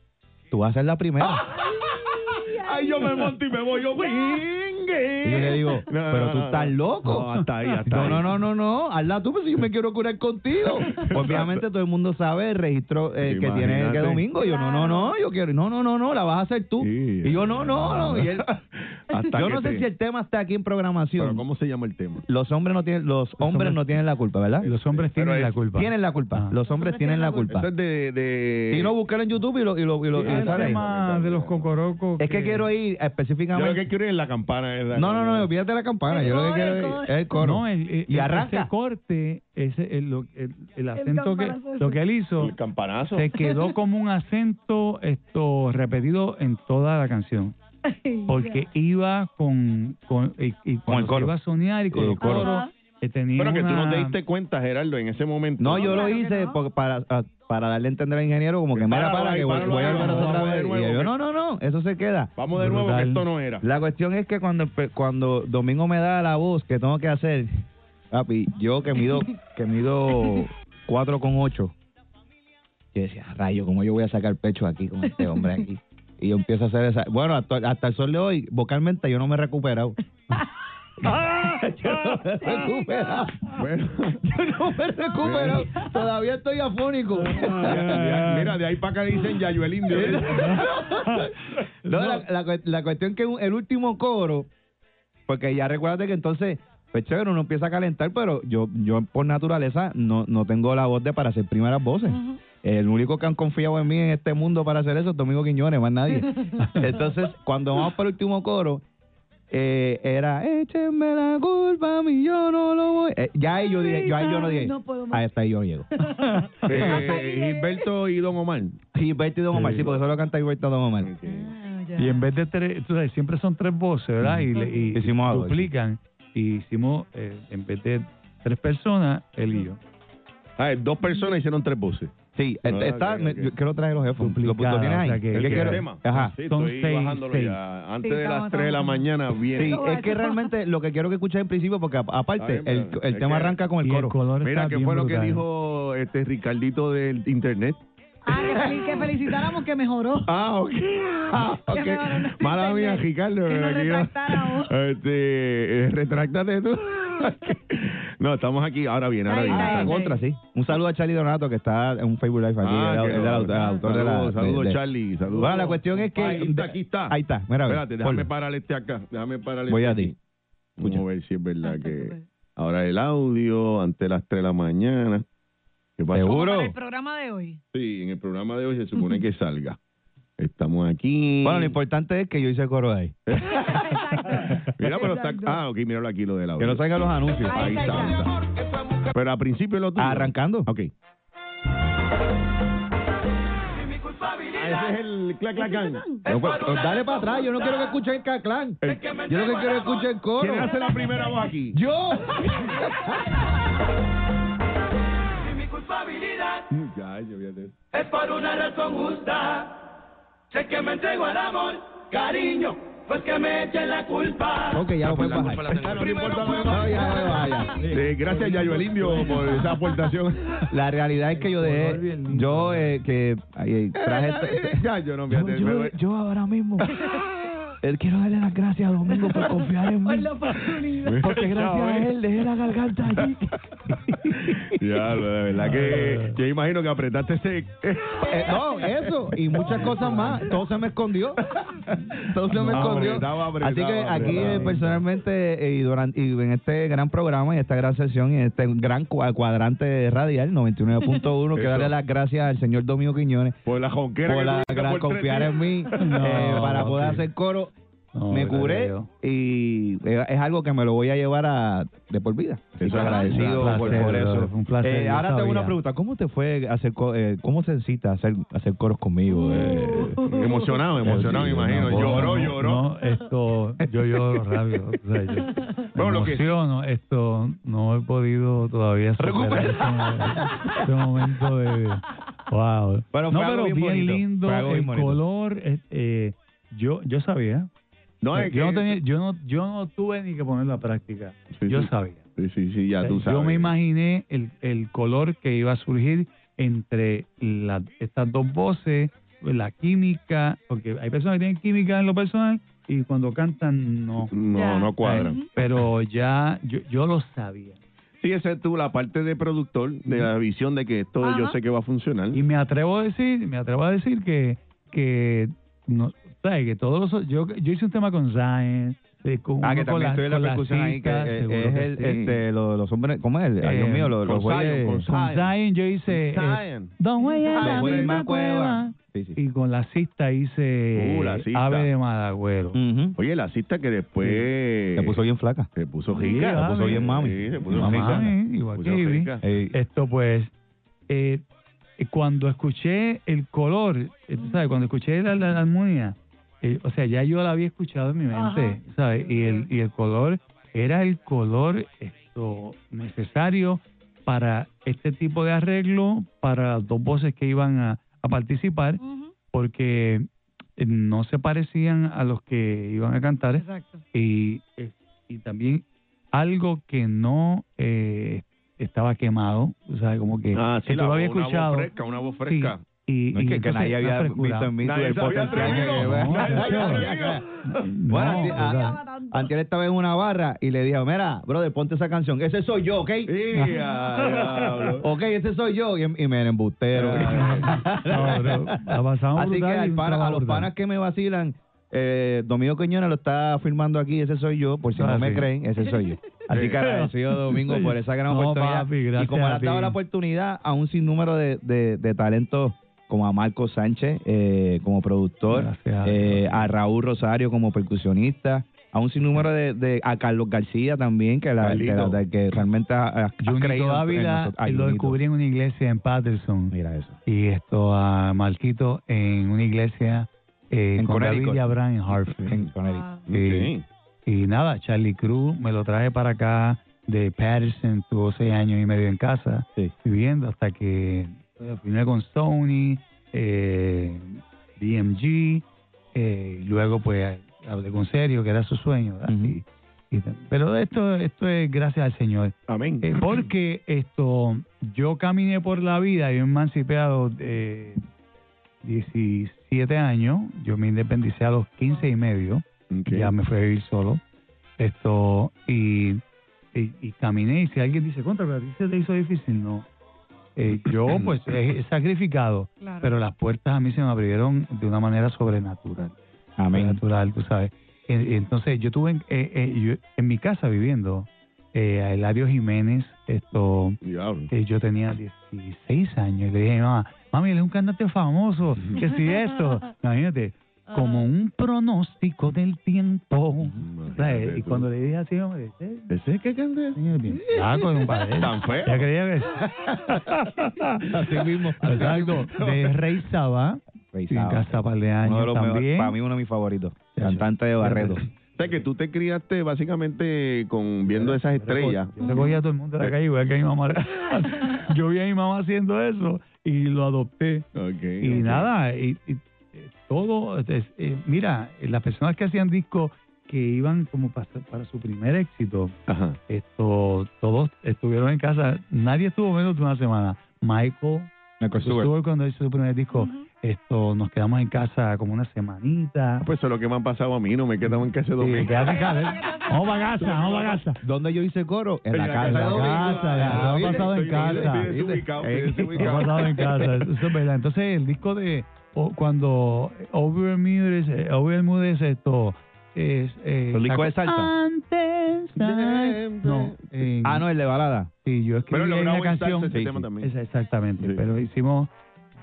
tú vas a hacer la primera. Ay, yo me monto y me voy yo. Y yo le digo, pero tú estás loco. No, hasta ahí, hasta no, ahí. no, no, no, no, hazla tú, pues si yo me quiero curar contigo. Obviamente todo el mundo sabe el registro eh, que tiene que Imagínate. Domingo. Y yo, no, no, no, yo quiero, no, no, no, no, la vas a hacer tú. y yo, eh, no, no, no. Y él, Hasta yo que no sé te- si el tema está aquí en programación. Pero, ¿cómo se llama el tema? Los hombres no tienen, los hombres hombres- no tienen la culpa, ¿verdad? Los hombres tienen la culpa. Ah. Tienen la culpa. Los hombres tienen la culpa. Eso es de... de... Si no, búscalo en YouTube y lo, y lo, y eh, lo- y lo El sale ahí. tema de los cocorocos. Es que quiero ir Yo lo específicamente. que quiero es la campana. es la- No, no, no, olvídate de la campana. Yo lo que quiero ir es el coro. No, el, el- Y arranca. ese corte, ese, el, lo- el, el acento que, campanazo lo que él hizo, El campanazo. se quedó como un acento esto repetido en toda la canción. Porque iba con, con, y, y cuando coro. iba a soñar y con Sí, los el coro. coros, eh, tenía Pero que tú no una- te diste cuenta, Gerardo, en ese momento. No, yo lo hice porque para, a- para darle a entender al ingeniero como que mira páralo para ahí, que voy, páralo voy a ahí, volver a hacer vamos, otra vamos de vez. nuevo, Y yo, que- no, no, no, eso se queda. Vamos de nuevo, que Brutal. esto no era. La cuestión es que cuando empe- cuando Domingo me da la voz que tengo que hacer, papi, yo que mido que mido 4 con 8. Yo decía, rayo, ¿cómo yo voy a sacar pecho aquí con este hombre aquí? Y yo empiezo a hacer esa. Bueno, hasta, hasta el sol de hoy, vocalmente yo no me he recuperado. yo no me he recuperado. Bueno. Yo no me he recuperado. Todavía estoy afónico. Ya, Mira, de ahí para acá dicen Yayuel Indio. No, La, la cu- la cuestión que un- el último coro, porque ya recuérdate que entonces, pues chévere, uno empieza a calentar, pero yo yo por naturaleza no, no tengo la voz de para hacer primeras voces. Ah. El único que han confiado en mí en este mundo para hacer eso es Domingo Quiñones, más nadie. Entonces, cuando vamos para el último coro, eh, era, échenme la culpa, a mí yo no lo voy. Eh, ya ahí yo dije, yo ahí yo no dije, No puedo más. ahí está ahí yo llego. Eh, Gilberto y Don Omar. Gilberto y Don Omar, sí, porque solo canta Gilberto y Don Omar. Ah, Y en vez de tres, tú sabes, siempre son tres voces, ¿verdad? Y, le- y Hicimos algo, duplican. Y hicimos, eh, en vez de tres personas, él y yo. A ver, Ah, dos personas hicieron tres voces. Sí, Ah, este- está, ok, me- ok. yo quiero traer los jefes. Lo, lo Duplicada, tienes o ahí. sea que- Es que que quiero- tema? Ajá. Sí, Son estoy seis, bajándolo seis. ya. Antes Sí, de estamos, las 3 de la estamos. mañana Sí, viene. es que realmente lo que quiero que escuches en principio, porque a- aparte, Está bien, el, pero el es tema que- arranca con el Y el coro. color Mira, está ¿qué bien fue lo que brutal. dijo este Ricardito del internet? Ah, que, fel- que felicitáramos que mejoró. Ah, ok. Ah, ok. Que mejoró nuestro Mala mía, internet. Ricardo. Que nos aquí yo- retractáramos. Este, eh, retráctate tú. No, estamos aquí, ahora bien, ahora Ah, bien. está contra, sí. Un saludo a Charlie Donato que está en un Facebook Live aquí. Ah, el, qué el- el autor- el bueno. autor de la. Saludos, de- saludos, de- Charlie, saludos. Bueno, la cuestión es que. Ahí está, aquí está. Ahí está, mira. a ver, Espérate, déjame ponlo. parar este acá. Déjame parar este Voy a aquí. ti. Vamos a ver si es verdad que. Ahora el audio, antes de las 3 de la mañana. ¿Qué pasa? Para el programa de hoy. Sí, en el programa de hoy se supone que salga. Estamos aquí. Bueno, lo importante es que yo hice coro ahí. Mira, pero está. Ah, ok, míralo aquí lo del audio. Que no salgan los anuncios. Ahí está. ahí está. Pero al principio lo tuyo. Arrancando. Ok. Ah, Ese es el clac clac can. No, pues, pues dale para atrás, yo no quiero que escuchen el caclán. Yo lo que quiero es escuchar el coro. ¿Quién hace la primera voz aquí? ¡Yo! Mm, Ya, yo voy a hacer. Es por una razón justa. Sé que me entrego al amor, cariño, pues que me echen la culpa. Ok, ya lo pueden bajar. Eh, gracias, Yayo el Indio, por esa aportación. La realidad es que yo dejé, yo eh, que eh, traje... este- Ya, yo no me atrevo. Yo- yo- yo ahora mismo eh, quiero darle las gracias a Domingo por confiar en mí. Porque gracias a él dejé la garganta allí. Ya, lo de verdad que yo imagino que apretaste ese... Eh, no, eso y muchas cosas más. Todo se me escondió. Todo se me No, escondió. apretado, apretado, Así que aquí apretado. eh, personalmente eh, y, durante, y en este gran programa y esta gran sesión y en este gran cua- cuadrante radial 99.1 quiero darle las gracias al señor Domingo Quiñones Por la jonquera por que la tuviste gran por tres confiar en mí días. eh, para poder sí. hacer coro. No, me gracias a curé Dios. y eh, es algo que me lo voy a llevar a de por vida. Así que Eso es agradecido un placer, por, por eso. fue un placer, Eh, yo ahora tengo sabía. una pregunta. ¿Cómo te fue hacer co- eh, cómo se cita hacer hacer coros conmigo? eh? Uh. Emocionado, emocionado, me Sí, imagino. no, Lloró, no, lloró. no, esto, yo lloro rápido. O sea, yo Bueno, me lo que- emociono. Esto no he podido todavía superar este, mo- este momento de... Wow. Pero no, fue pero algo bien bien, bonito, lindo, fue algo el bien bonito. color. eh, eh, yo, yo sabía. No, O sea, es yo, que- no tenía- yo, no, yo no tuve ni que ponerlo a práctica. Sí, yo sí. sabía. Sí, sí, sí, ya Eh, tú sabes. Yo me imaginé el, el color que iba a surgir entre la- estas dos voces, la química, porque hay personas que tienen química en lo personal y cuando cantan no. No, no cuadran. Eh, Pero ya yo, yo lo sabía. Sí, esa es tú, la parte de productor, de la visión de que esto yo Ajá. sé que va a funcionar. Y me atrevo a decir, me atrevo a decir que que no, sabes que todos los yo, yo hice un tema con Zayn, eh, con Ah, uno con que también la- estoy en la con la percusión ahí, que cita, eh, seguro es que el, sí. este, lo- los hombres, ¿cómo es? Ay, Dios Eh, mío, los, con los güeyes- Zion, con Zion yo hice Con eh, Zion. Don Juan en la Los güeyes misma más cueva. cueva. Sí, sí. Y con la cista hice Uh, la cista. Eh, Ave de Madagüero. Ujú. Oye, la cita que después... Se puso bien flaca. Se puso Sí, rica. dale. Se puso bien mami. Sí, se puso Mamá, rica. eh, Se igual puso que Ivy. rica. Ey, Esto pues, eh, eh, cuando escuché el color, eh, tú ¿sabes? Cuando escuché la, la- la armonía, eh, o sea, ya yo la había escuchado en mi mente, ¿sabes? Y el, y el color era el color esto necesario para este tipo de arreglo, para las dos voces que iban a, a participar, porque eh, no se parecían a los que iban a cantar Exacto. y, eh, y también algo que no eh, estaba quemado, o sea, como que Ah, sí, que la tú lo había voz, una voz escuchado. fresca, una voz fresca. Y, No, y es que, que entonces, nadie una había frescura. visto en mí Nadie el se había potencial que- atrevido. bueno, Nadie se había No, Bueno, anti- o sea, a- antier estaba en una barra y le dijo, mira, brother, ponte esa canción. Ese soy yo, ¿ok? diablo. ok, ese soy yo. Y, y me embustero. Ah. No, bro, la pasamos Así que brutal y al un pana- a trabajo los brutal. panas que me vacilan, eh, Domingo Quiñones lo está firmando aquí, ese soy yo, por si Ah, no me sí. creen, ese soy yo. Así que agradecido Domingo por esa gran No, oportunidad. papi, y gracias como le a has dado ti. la oportunidad a un sinnúmero de, de, de talentos como a Marco Sánchez eh, como productor, Gracias a eh, Dios. a Raúl Rosario como percusionista, a un sinnúmero de, de a Carlos García también, que, la, que, la- Carlito. que realmente ha, ha- ha creído Junito en Ávila nosotros. Ah, lo Junito. descubrí en una iglesia en Patterson. Mira eso. Y esto a Marquito en una iglesia eh, En con David Connecticut. y Abraham en Hartford. En Connecticut. Sí. Sí. Y nada, Charlie Cruz me lo traje para acá de Patterson, tuvo seis años y medio en casa, Sí. viviendo hasta que eh, firmé con Sony, eh, DMG, eh, y luego pues hablé con Sergio, que era su sueño. ¿verdad? Ujú. Y- y tal. pero esto, esto es gracias al Señor. Amén. Eh, porque esto, yo caminé por la vida, yo me emancipé a los eh, 17 años, yo me independicé a los 15 y medio Ok. ya me fui a vivir solo. Esto, y y, y caminé. Y si alguien dice, contra, pero a ti se te hizo difícil, no. Eh, yo, pues, he, he sacrificado, Claro. pero las puertas a mí se me abrieron de una manera sobrenatural. Amén. Natural, tú sabes. Eh, Entonces, yo tuve en, eh, eh, yo- en mi casa viviendo eh, a Eladio Jiménez, esto. eh, yo tenía 16 años y le dije, a mi mamá, mami, él es un cantante famoso, que si esto. Imagínate, como un pronóstico del tiempo. ¿Sabes? Y cuando le dije así, yo me dije, "Eh, ¿Ese es que cante? Saco de Ah, un padre. Tan feo. Ya creía que. Así mismo, así Exacto. mismo. De Rey Sabá. Rey en Saba. casa par de Uno de años los mejores- también. para mí uno de mis favoritos. Cantante de Barreto. O sea, que tú te criaste básicamente con viendo esas estrellas. Yo cogía a todo el mundo de la calle, igual que a mi mamá. Yo vi a mi mamá haciendo eso y lo adopté. y ok. nada, y, y, eh, todo. es- eh, mira, las personas que hacían discos que iban como para, para su primer éxito, esto todos estuvieron en casa. Nadie estuvo menos de una semana. Michael, Michael Stewart. cuando hizo su primer disco, esto nos quedamos en casa como una semanita. Pues eso es lo que me han pasado a mí, no me he quedado en casa de domingo. quédate en casa. Vamos para casa, vamos para casa. ¿Dónde yo hice coro? En En la la casa. casa de domingo. Ah, lo ¿viste? ha pasado en Estoy bien, casa. estoy desubicado, Eh, estoy desubicado. Lo ha pasado en casa, eso es verdad. Entonces, el disco de o- cuando Over Mures, eh, Over Mures, esto es. Eh, ¿El disco de salsa? Antes. No. en- Ah, no, el de balada. Sí, yo escribí Pero lo ahí grabó una en canción. salsa ese tema también. Esa- exactamente. Pero hicimos.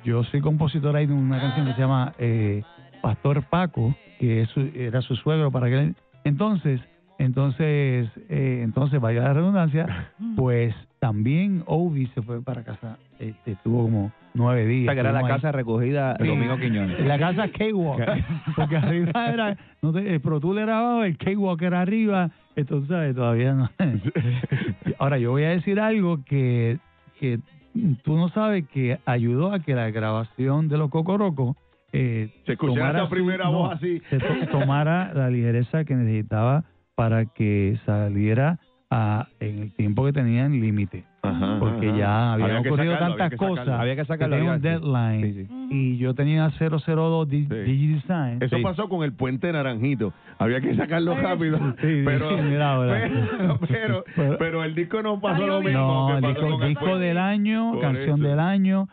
Yo soy compositor ahí de una canción que se llama eh, Pastor Paco, que es su- era su suegro para que entonces, entonces, eh, entonces vaya la redundancia, pues también Ovi se fue para casa, este, estuvo como nueve días. Esta que era la estuvimos ahí. casa recogida de Sí. Domingo Quiñones. La casa K-Walk. Porque arriba era. No te- el Pro Tool era abajo, el K-Walk era arriba. Entonces, ¿sabes? Todavía no. Ahora, yo voy a decir algo que, que tú no sabes que ayudó a que la grabación de los Cocorocos. Eh, Se escuchaba tomara esa su- primera no, voz así. se to- tomara la ligereza que necesitaba para que saliera a, en el tiempo que tenía en límite. Porque ajá. ya habían Había que ocurrido sacarlo, había tantas que sacarlo. cosas. Había que sacarlo, tenía un había que- deadline. Y yo tenía 002 di- DigiDesign. Eso Sí. pasó con el puente naranjito. Había que sacarlo Sí. rápido. Sí, pero, sí, mira ahora. pero, pero, pero el disco no pasó lo No, mismo. que el pasó disco, con el disco puente. del año, Por canción eso. del año.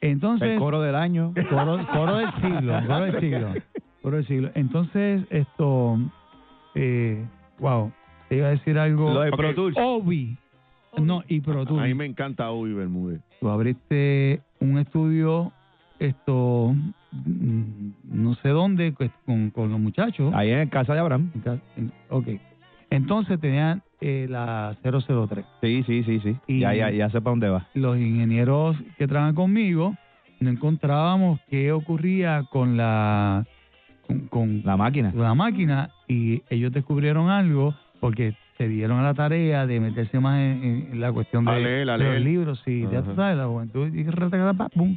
Entonces. El coro del año. Coro, coro del siglo, coro del siglo. Coro del siglo. Entonces, esto. Eh, wow. Te iba a decir algo. Lo de Pro Ok. Tools. Obi. No, y Pro Tools. A mí me encanta Ubi Bermúdez. Tú abriste un estudio, esto, mm, no sé dónde, pues, con, con los muchachos. Ahí en casa de Abraham. En ca- en- ok. Entonces tenían eh, la 003. Sí, sí, sí, sí. Y- Ya, ya, ya sé para dónde va. Los ingenieros que trabajan conmigo no encontrábamos qué ocurría con la con, con la máquina. La máquina y ellos descubrieron algo porque se dieron a la tarea de meterse más en, en- en la cuestión de, A leer, a de los leer. libros y ya tú Ajá. sabes, la juventud y ratacata, pa, pum.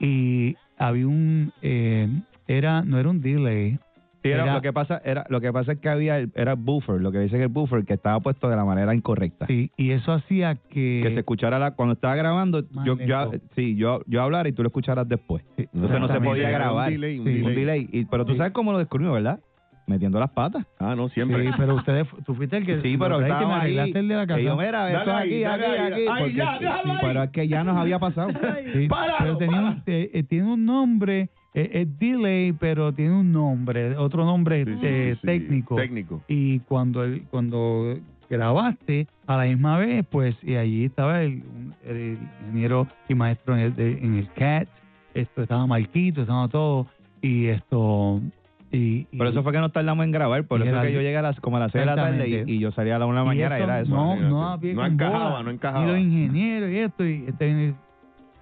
y había un eh, era no era un delay Sí, era, Era- lo que pasa era lo que pasa es que había el- era buffer, lo que dice que el buffer que estaba puesto de la manera incorrecta. Sí, y eso hacía que Que se escuchara la, cuando estaba grabando, yo, yo sí, yo yo hablara y tú lo escucharas después. Entonces no se Exactamente. podía Era un grabar. delay, un Sí, delay. Y- pero tú sabes cómo lo descubrió, ¿verdad? Metiendo las patas. Ah, no, siempre. Sí, pero ustedes tú fuiste el que Sí, lo pero traíste, estaba me ahí. arreglaste el de la casa. Y yo, mira, Dale esto es ahí, aquí, dale aquí, ahí. aquí. Ay, porque- ya, déjalo sí, ahí. pero es que ya nos había pasado. Sí, pero tenía un, eh, eh, tiene un nombre, eh, es delay, pero tiene un nombre, otro nombre eh, técnico. Técnico. Y cuando el- cuando grabaste a la misma vez, pues, y allí estaba el, un- el ingeniero y maestro en el, de- en el CAT, esto estaba Marquito, estaba todo, y esto... Y, y- Por eso fue que nos tardamos en grabar, por Y eso era- es que yo llegué a las, como a las 6 de la tarde y, Exactamente. y yo salía a la 1 de la y mañana, eso era eso. No, no, había No con encajaba, bola. no encajaba. Y los ingenieros y esto, y este,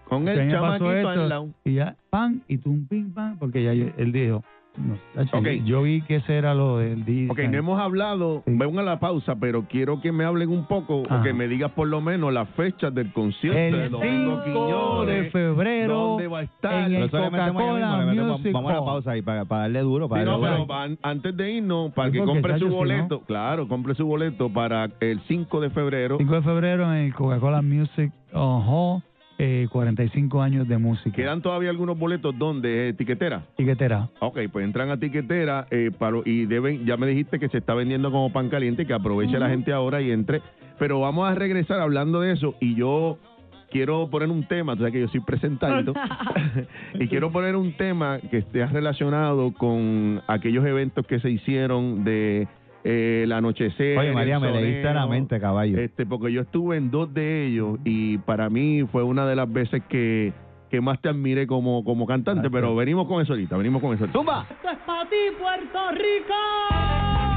Con este el año pasó chamaquito esto, al lado. Y ya, pan, y tú un ping, pan, porque ya yo- él dijo, no, tacho, Ok. yo, yo vi que ese era lo del DJ. Ok, no hemos hablado, vengo a la pausa, pero quiero que me hablen un poco o que me digas por lo menos las fechas del concierto de el Domingo 5 Quiñones. de febrero ¿Dónde va a estar? en el Pero eso le metemos ya mismo, Coca-Cola le metemos- Music Vamos a la Hall. pausa ahí para, para darle duro. Para Sí, no, darle pero duro. an- antes de irnos, para Sí, que porque, compre chacho, su si no- boleto, claro, compre su boleto para el 5 de febrero. 5 de febrero en el Coca-Cola Music Hall. eh, 45 años de música. Quedan todavía algunos boletos donde, tiquetera. Tiquetera. Ok, pues entran a tiquetera eh, para- y deben, ya me dijiste que se está vendiendo como pan caliente, que aproveche la gente ahora y entre. Pero vamos a regresar hablando de eso y yo quiero poner un tema, tú sabes que yo estoy presentando, y quiero poner un tema que esté relacionado con aquellos eventos que se hicieron de eh, el anochecer. Oye, María, el me leíste soneo, la mente, caballo. este, porque yo estuve en dos de ellos y para mí fue una de las veces que, que más te admiré como, como cantante, pero venimos con eso ahorita, venimos con eso. ¡Tumba! Esto es para ti, Puerto Rico.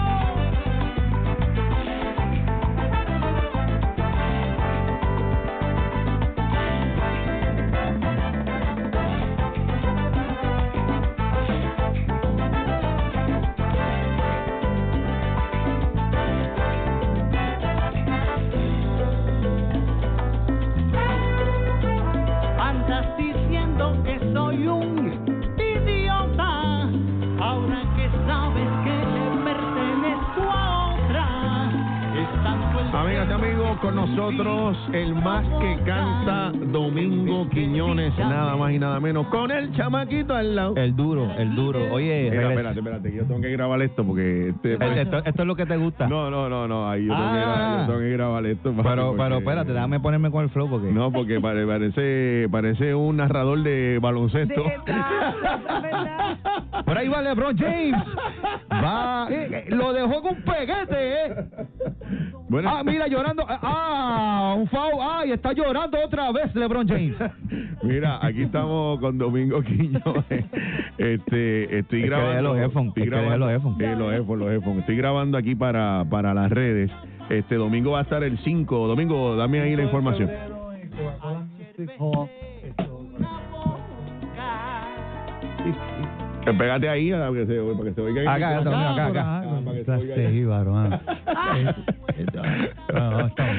Andas diciendo que soy un idiota. Ahora que sabes que le pertenezco a otra, es tanto el Amigas y amigos, con nosotros el más que canta Domingo Quiñones, nada más y nada menos, con el chamaquito al lado. El duro, el duro. Oye, Espera, regresa- espérate, espérate, que yo tengo que grabar esto porque... este- Eh, esto, esto es lo que te gusta. No, no, no, no, ahí yo tengo, que, grabar, yo tengo que grabar esto. papi, Pero, pero porque- espérate, déjame ponerme con el flow porque... No, porque pare- parece, parece un narrador de baloncesto. Por ahí va LeBron James. Va. eh, eh, lo dejó con un peguete, ¿eh? Bueno. Ah, mira, llorando. Ah, un foul. Ay, está llorando otra vez LeBron James. Mira, aquí estamos con Domingo Quiñones. Este, estoy Es que grabando. deje los headphones, estoy es que deje grabando- los headphones. Sí, los headphones, los headphones. Estoy grabando aquí para, para las redes. Este domingo va a estar el 5. Domingo, dame ahí la información. Eh, Pégate ahí a la- para que se, para que se oiga. en el Acá, acá, micrófono. acá, acá. Ah, para que se oiga Este ahí. jíbaro, ah. No, no, estamos-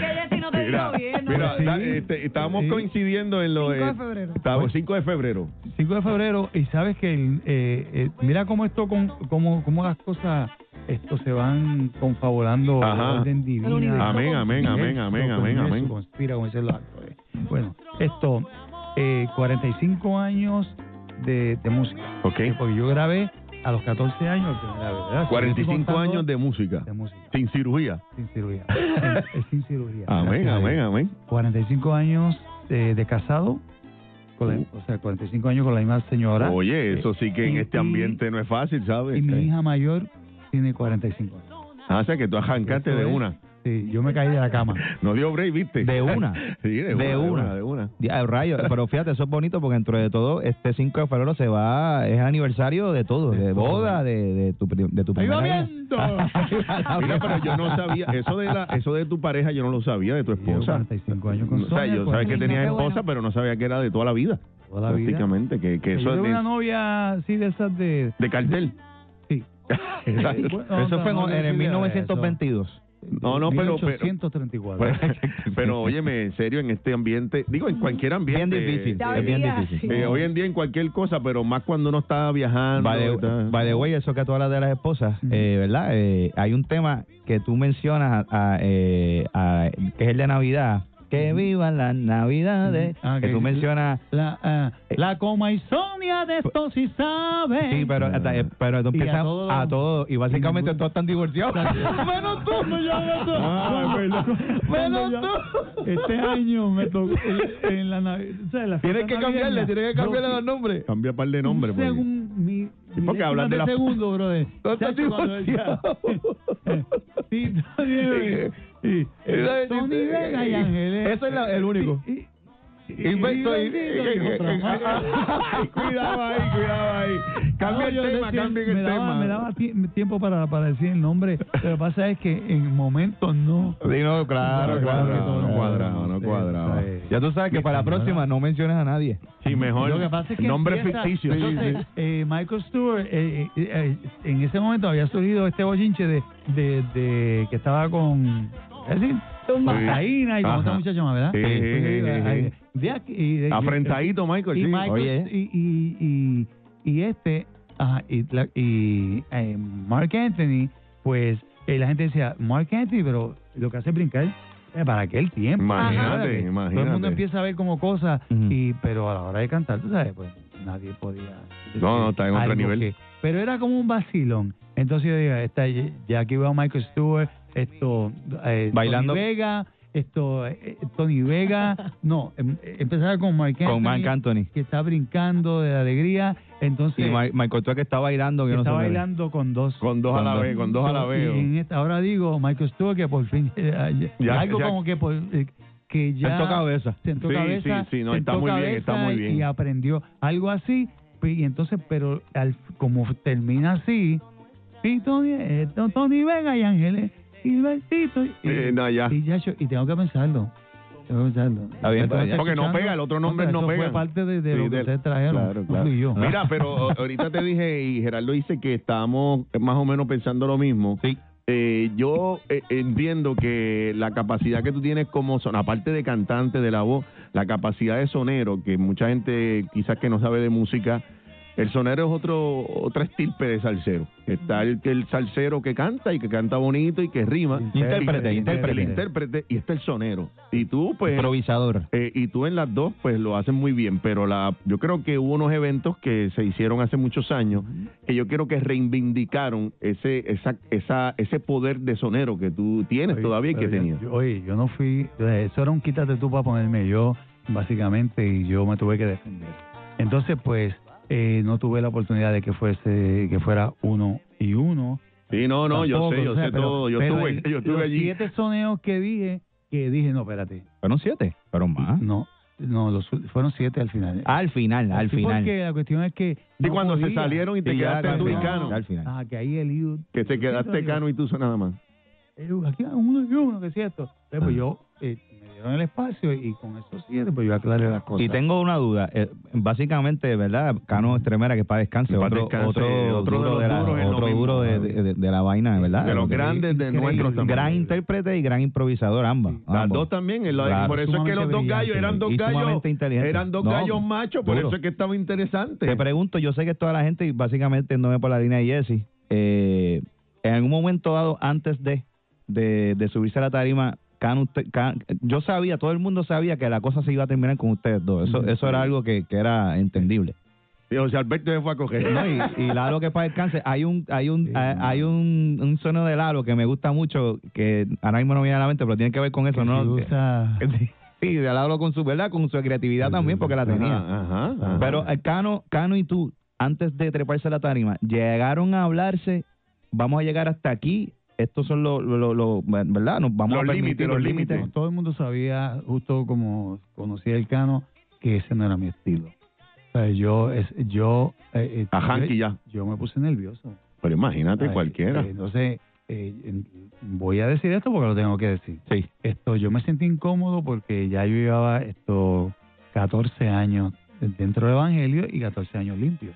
Mira, mira, da- este, estábamos coincidiendo en lo 5 de febrero. 5 de febrero. 5 de febrero y sabes que el, eh, eh, mira cómo esto con cómo, cómo las cosas esto se van confabulando Ajá. la orden divina. El universo Amén, amén, amén, Universo, amén, amén, universo amén. conspira con ese acto. Bueno, esto eh, 45 años de, de música. Porque yo grabé a los 14 años la primera vez, ¿verdad? 45 Estoy años contando de música. Sin cirugía. sin cirugía. Es- es sin cirugía. Amén, Gracias a amén, Dios. amén. 45 años eh, de casado, con la- o sea, 45 años con la misma señora. Oye, eso sí que en Y- este y- ambiente no es fácil, ¿sabes? Y mi hija mayor tiene 45 años. Ah, o sea que tú arrancaste Eso de es. una. Sí, yo me caí de la cama. No dio break, ¿viste? De una. Sí, de, De una, una. De una. Ya, rayo, pero fíjate, eso es bonito porque dentro de todo, este 5 de febrero se va, es aniversario de todo, de boda, de, de tu, pri- de tu Ahí va primera vez. Mira, pero yo no sabía, eso de, la, eso de tu pareja yo no lo sabía, de tu esposa. 45 años con O sea, Sonia, yo sabía que 45 tenías esposa, pero no sabía que era de toda la vida. Toda la vida. Prácticamente, que, que Yo eso es tuve una de, novia así de esas de... de cartel. Sí. Exacto. eh, Bueno, Eso fue en- no, no, en el no, 1922. No, no, pero, pero, 1834. pero, pero, óyeme, en serio, en este ambiente, digo, en cualquier ambiente. Bien difícil, Ya es bien había, sí. difícil. Eh, hoy en día en cualquier cosa, pero más cuando uno está viajando. By y the, tal. by the way, eso que tú hablas de las esposas, eh, ¿verdad? Eh, hay un tema que tú mencionas, a- a, eh, a- que es el de Navidad. Que vivan las Navidades. Ah, eh, Que que- tú mencionas. eh, La, ah, la coma y Sonia de esto sí sabe. Sí, pero, hasta- eh, pero Y tú a empiezas todo- a todo. Y básicamente todos están divorciados. Menos tú. Ah, es verdad. Menos tú. Este año me tocó en, en la Navidad. O sea, en la Tienes que cambiarle, tienes que cambiarle los nombre. nombres. Cambia par de nombre. porque- Según mi. Sí, porque hablan de la- segundo, brother. Todos están Chacho, cuando decía- divorciados. Sí, Tony sí. Tony Vega y Ángeles. Eso es la- el único. Y- y- y- Invento y- y- y- otra Ay, más. cuidado ahí, cuidado ahí. Cambia No, el yo tema, decía, cambien me el daba- tema. Me daba tie- tiempo para, para decir el nombre. Lo que pasa es que en momentos no. Sí, no, claro, claro. No cuadraba, no cuadraba, no Sí, cuadraba. sí. Ya tú sabes que para la próxima no menciones a nadie. Sí, mejor. Lo que pasa es que nombre empieza- ficticio. Entonces, eh, Michael Stewart, eh, eh, eh, en ese momento había surgido este bochinche de, de, de que estaba con. Es decir, con cocaína y con Ajá. otra muchacha más, ¿verdad? Pues, Sí, sí, sí, sí, Ay, sí. de aquí- y de- Afrentadito, Michael. y sí. Michael, Oye. y, y, y, y este, ajá, y, la- y, eh, Mark Anthony, pues eh, la gente decía, Mark Anthony, pero lo que hace es brincar. Eh, Para aquel tiempo. Imagínate, Ajá. Todo el imagínate. mundo empieza a ver como cosas, y, pero a la hora de cantar, tú sabes, pues nadie podía. No, no, está en otro algo nivel. que- pero era como un vacilón. Entonces yo digo, está, ya aquí veo a Michael Stewart, esto, eh, Bailando. Tony Vega, esto, eh, Tony Vega, no, em- empezaba con Mark Anthony, Con Marc Anthony. que está brincando de alegría, entonces Y Ma- Michael Stuart que está bailando. Que que no está se le ve. bailando con dos. Con dos a la vez, con dos a la vez. Y en esta- ahora digo, Michael Stewart, que por fin. eh, eh, Ya- algo ya- como que, por, eh, que ya. Sentó cabeza. Sentó Sí, cabeza. sí, sí, no, sentó está muy bien, está cabeza muy y- bien. Y aprendió algo así. pues, Y entonces, pero al, como termina así. Sí, Tony, eh, to- Tony Vega y Ángeles. Y Bertito. Y, Eh, no, ya. y ya yo- y tengo que pensarlo. Tengo que pensarlo. Está bien, Esto me está porque no escuchando. pega, el otro nombre pero no eso pega. fue parte de, de Sí, lo que del- ustedes trajeron. Claro, no claro. fui yo. Mira, pero a- ahorita te dije y Gerardo dice que estábamos más o menos pensando lo mismo. Eh, yo eh, entiendo que la capacidad que tú tienes como son, aparte de cantante de la voz, la capacidad de sonero, que mucha gente quizás que no sabe de música, el sonero es otro otra estirpe de salsero. Está el, el salsero que canta y que canta bonito y que rima. Intérprete, Y- y- intérprete. El intérprete y está el sonero. Y tú, pues... Improvisador. Eh, y tú en las dos, pues lo haces muy bien, pero la, yo creo que hubo unos eventos que se hicieron hace muchos años que yo creo que reivindicaron ese esa, esa, ese poder de sonero que tú tienes todavía y que Pero yo- tenías. yo- oye, yo no fui, eso era un quítate tú para ponerme yo, básicamente, y yo me tuve que defender. Entonces, pues, eh, no tuve la oportunidad de que fuese, que fuera uno y uno. Sí, no, no, yo sé, yo sé todo, yo estuve- tuve yo estuve allí. siete soneos que dije, que dije, no, espérate. Fueron siete, fueron más. No, no, los, fueron siete al final. Al final, al Sí, final. Porque la cuestión es que... Y cuando se salieron y te Sí, ya, quedaste al tú y final, Cano. al final. Ah, que ahí el IU Que te quedaste Sí, Cano y tú nada más. Eh, aquí hay uno y uno, que es cierto. Entonces, pues yo eh, me dieron el espacio y con esos siete, pues yo aclaré las cosas. Y tengo una duda. eh, básicamente, ¿verdad? Cano Estremera, que para descanse, Que pa' otro, descanse, otro, otro de duro los de la, duros en lo otro mismo. duro de, de- de la vaina, ¿verdad? De los Lo que- grandes de increíble. nuestros también. Gran intérprete y gran improvisador, ambas. Las dos también, el- Claro. por eso es que los dos Sumamente gallos eran dos brillante, y gallos, sumamente inteligente. eran dos No, gallos machos, por duro. eso es que estaba interesante. Te pregunto, yo sé que toda la gente, y básicamente no me por la línea de Jesse, eh, en algún momento dado, antes de, de, de subirse a la tarima, Can, usted- Can- yo sabía, todo el mundo sabía que la cosa se iba a terminar con ustedes dos. Eso, eso era algo que, que era entendible. Y José Alberto se fue a coger. No, y, y Lalo que para descanse, hay un hay un hay, hay un, un sonido de Lalo que me gusta mucho, que ahora mismo no me viene a la mente, pero tiene que ver con eso, ¿no? Que- Sí, de Lalo con su, ¿verdad? Con su creatividad también, porque la tenía. Ajá, ajá. Pero eh, Cano, Cano y tú, antes de treparse a la tarima, llegaron a hablarse, vamos a llegar hasta aquí, estos son los, los, los- los- ¿verdad? Nos vamos a permitir Todo el mundo sabía, justo como conocía el cano, que ese no era mi estilo. O sea, yo, es, yo, eh, eh, A yo, Hanky ya. yo me puse nervioso. Pero imagínate Ay, cualquiera. eh, entonces, eh, en- voy a decir esto porque lo tengo que decir. Sí. Esto, yo me sentí incómodo porque ya yo llevaba esto 14 años dentro del Evangelio y 14 años limpio.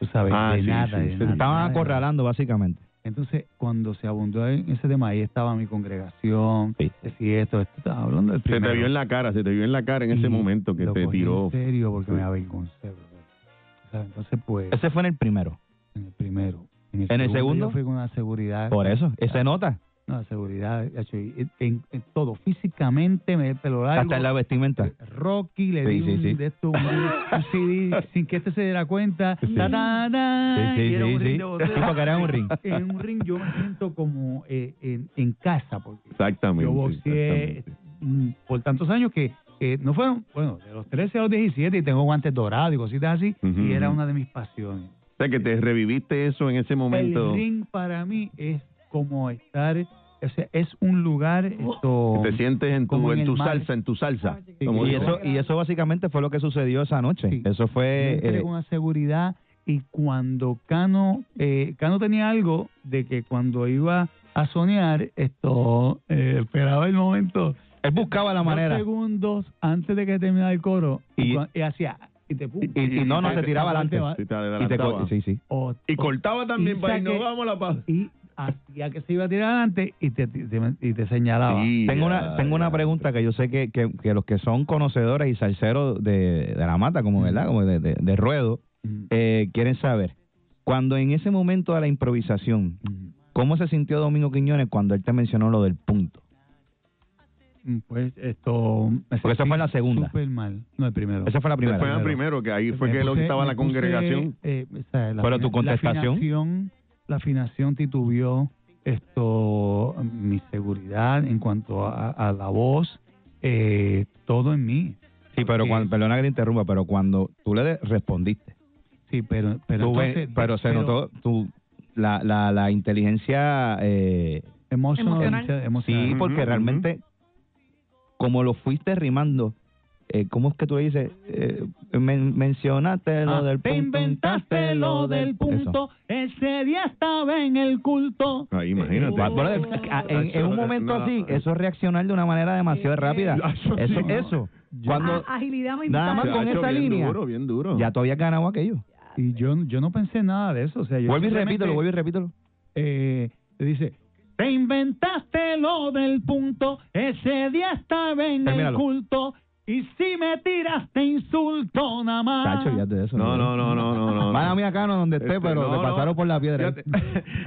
Tú sabes, Ah, de sí, nada, sí, de sí. nada, nada, Estaban de nada. acorralando, básicamente. Entonces, cuando se abundó en ese tema, ahí estaba mi congregación, que si esto, esto, estaba hablando del Se primero. te vio en la cara, se te vio en la cara en ese momento que Lo te cogí tiró. En serio, porque me avergoncé, brother. O sea, entonces, pues, Ese fue en el primero. En el primero. En ¿En el Yo segundo? fui con una seguridad. Ah, Por eso, eh, se nota. No, la seguridad, gacho, y- en, en todo, físicamente, me dio el pelo largo. Hasta en la vestimenta. Rocky le Sí, di sí, un, sí. de esto, un- un CD sin que este se diera cuenta. Ta, ta, ta, Sí, sí, y era sí, un ring sí. de boxeo. Sí, porque era un ring. En un ring yo me siento como eh, en, en casa, porque Exactamente. yo boxeé mm, por tantos años que eh, no fueron, bueno, de los 13 a los 17 y tengo guantes dorados y cositas así, Ujú, y era ujú. una de mis pasiones. O sea, que te reviviste eso en ese momento. El ring para mí es como estar, o sea, es un lugar esto, Que te sientes en tu, como en en el tu mar. salsa, en tu salsa. como Y digo. eso, y eso básicamente fue lo que sucedió esa noche. Eso fue... entré eh, con una seguridad y cuando Cano, eh, Cano tenía algo de que cuando iba a soñar esto, eh, esperaba el momento. Él buscaba la manera. segundos antes de que terminara el coro y, cua- y hacía y te pum, y, y no, no, se tiraba adelante. Y te Y te co- adelantaba. sí, sí. O- Y cortaba también, y para saque- no vamos a la paz. Y hacía que se iba a tirar adelante y te, te- y te señalaba. Tengo una, tengo una pregunta que yo sé que, que, que los que son conocedores y salseros de, de la mata, Mm. como verdad, como de, de- de ruedo, eh, quieren saber. Cuando en ese momento de la Mm. improvisación, ¿cómo se sintió Domingo Quiñones cuando él te mencionó lo del punto? Pues esto. me Porque esa sentí fue la segunda. Súper mal. No, el primero. Esa fue la primera. Fue la primero, que ahí fue que lo que estaba la congregación. eh, Pero tu contestación. La afinación, la afinación titubió esto, mi seguridad en cuanto a, a la voz, eh, todo en mí. Sí, pero cuando, perdona que te interrumpa, pero cuando tú le de- respondiste. Sí, pero pero Tú ve- entonces- pero se pero- notó tu, la, la, la inteligencia eh, Emocional. Emocional. Sí, Emocional. porque Ujú, realmente, como lo fuiste rimando, eh, ¿cómo es que tú le dices? Eh, men- mencionaste lo Ah, del te punto. inventaste lo del punto, ese día estaba en el culto. Ahí, Ah, imagínate. Ah, Bueno, bueno, a- en, en un momento así, eso es reaccionar de una manera demasiado rápida. Eso, eso. Cuando, Ah, agilidad muy nada más vital. con esa línea, ya tú habías ganado aquello. Y yo, yo no pensé nada de eso. O sea, yo Vuelve y simplemente, repítelo, vuelve y repítelo. Eh, te dice, Te inventaste lo del punto, ese día estaba en el Termínalo. culto. Y si me tiraste insulto nada más. Chacho, ya te de eso. No, no, no, no, no, no. Mala mía, acá no donde esté, Este, pero no, te no. pasaron por la piedra.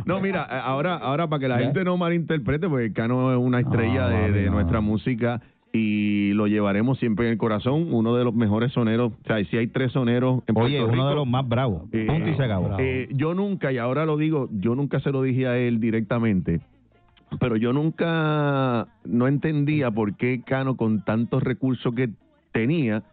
No, mira, eh, ahora, ahora para que la gente no malinterprete, porque Cano es una Ah, estrella de, de nuestra música y lo llevaremos siempre en el corazón, uno de los mejores soneros, o sea, si hay tres soneros en Oye, Puerto uno de Rico, los más bravos. eh, Punto y se acabó. eh, yo nunca, y ahora lo digo, yo nunca se lo dije a él directamente, pero yo nunca no entendía por qué Cano con tantos recursos que tenía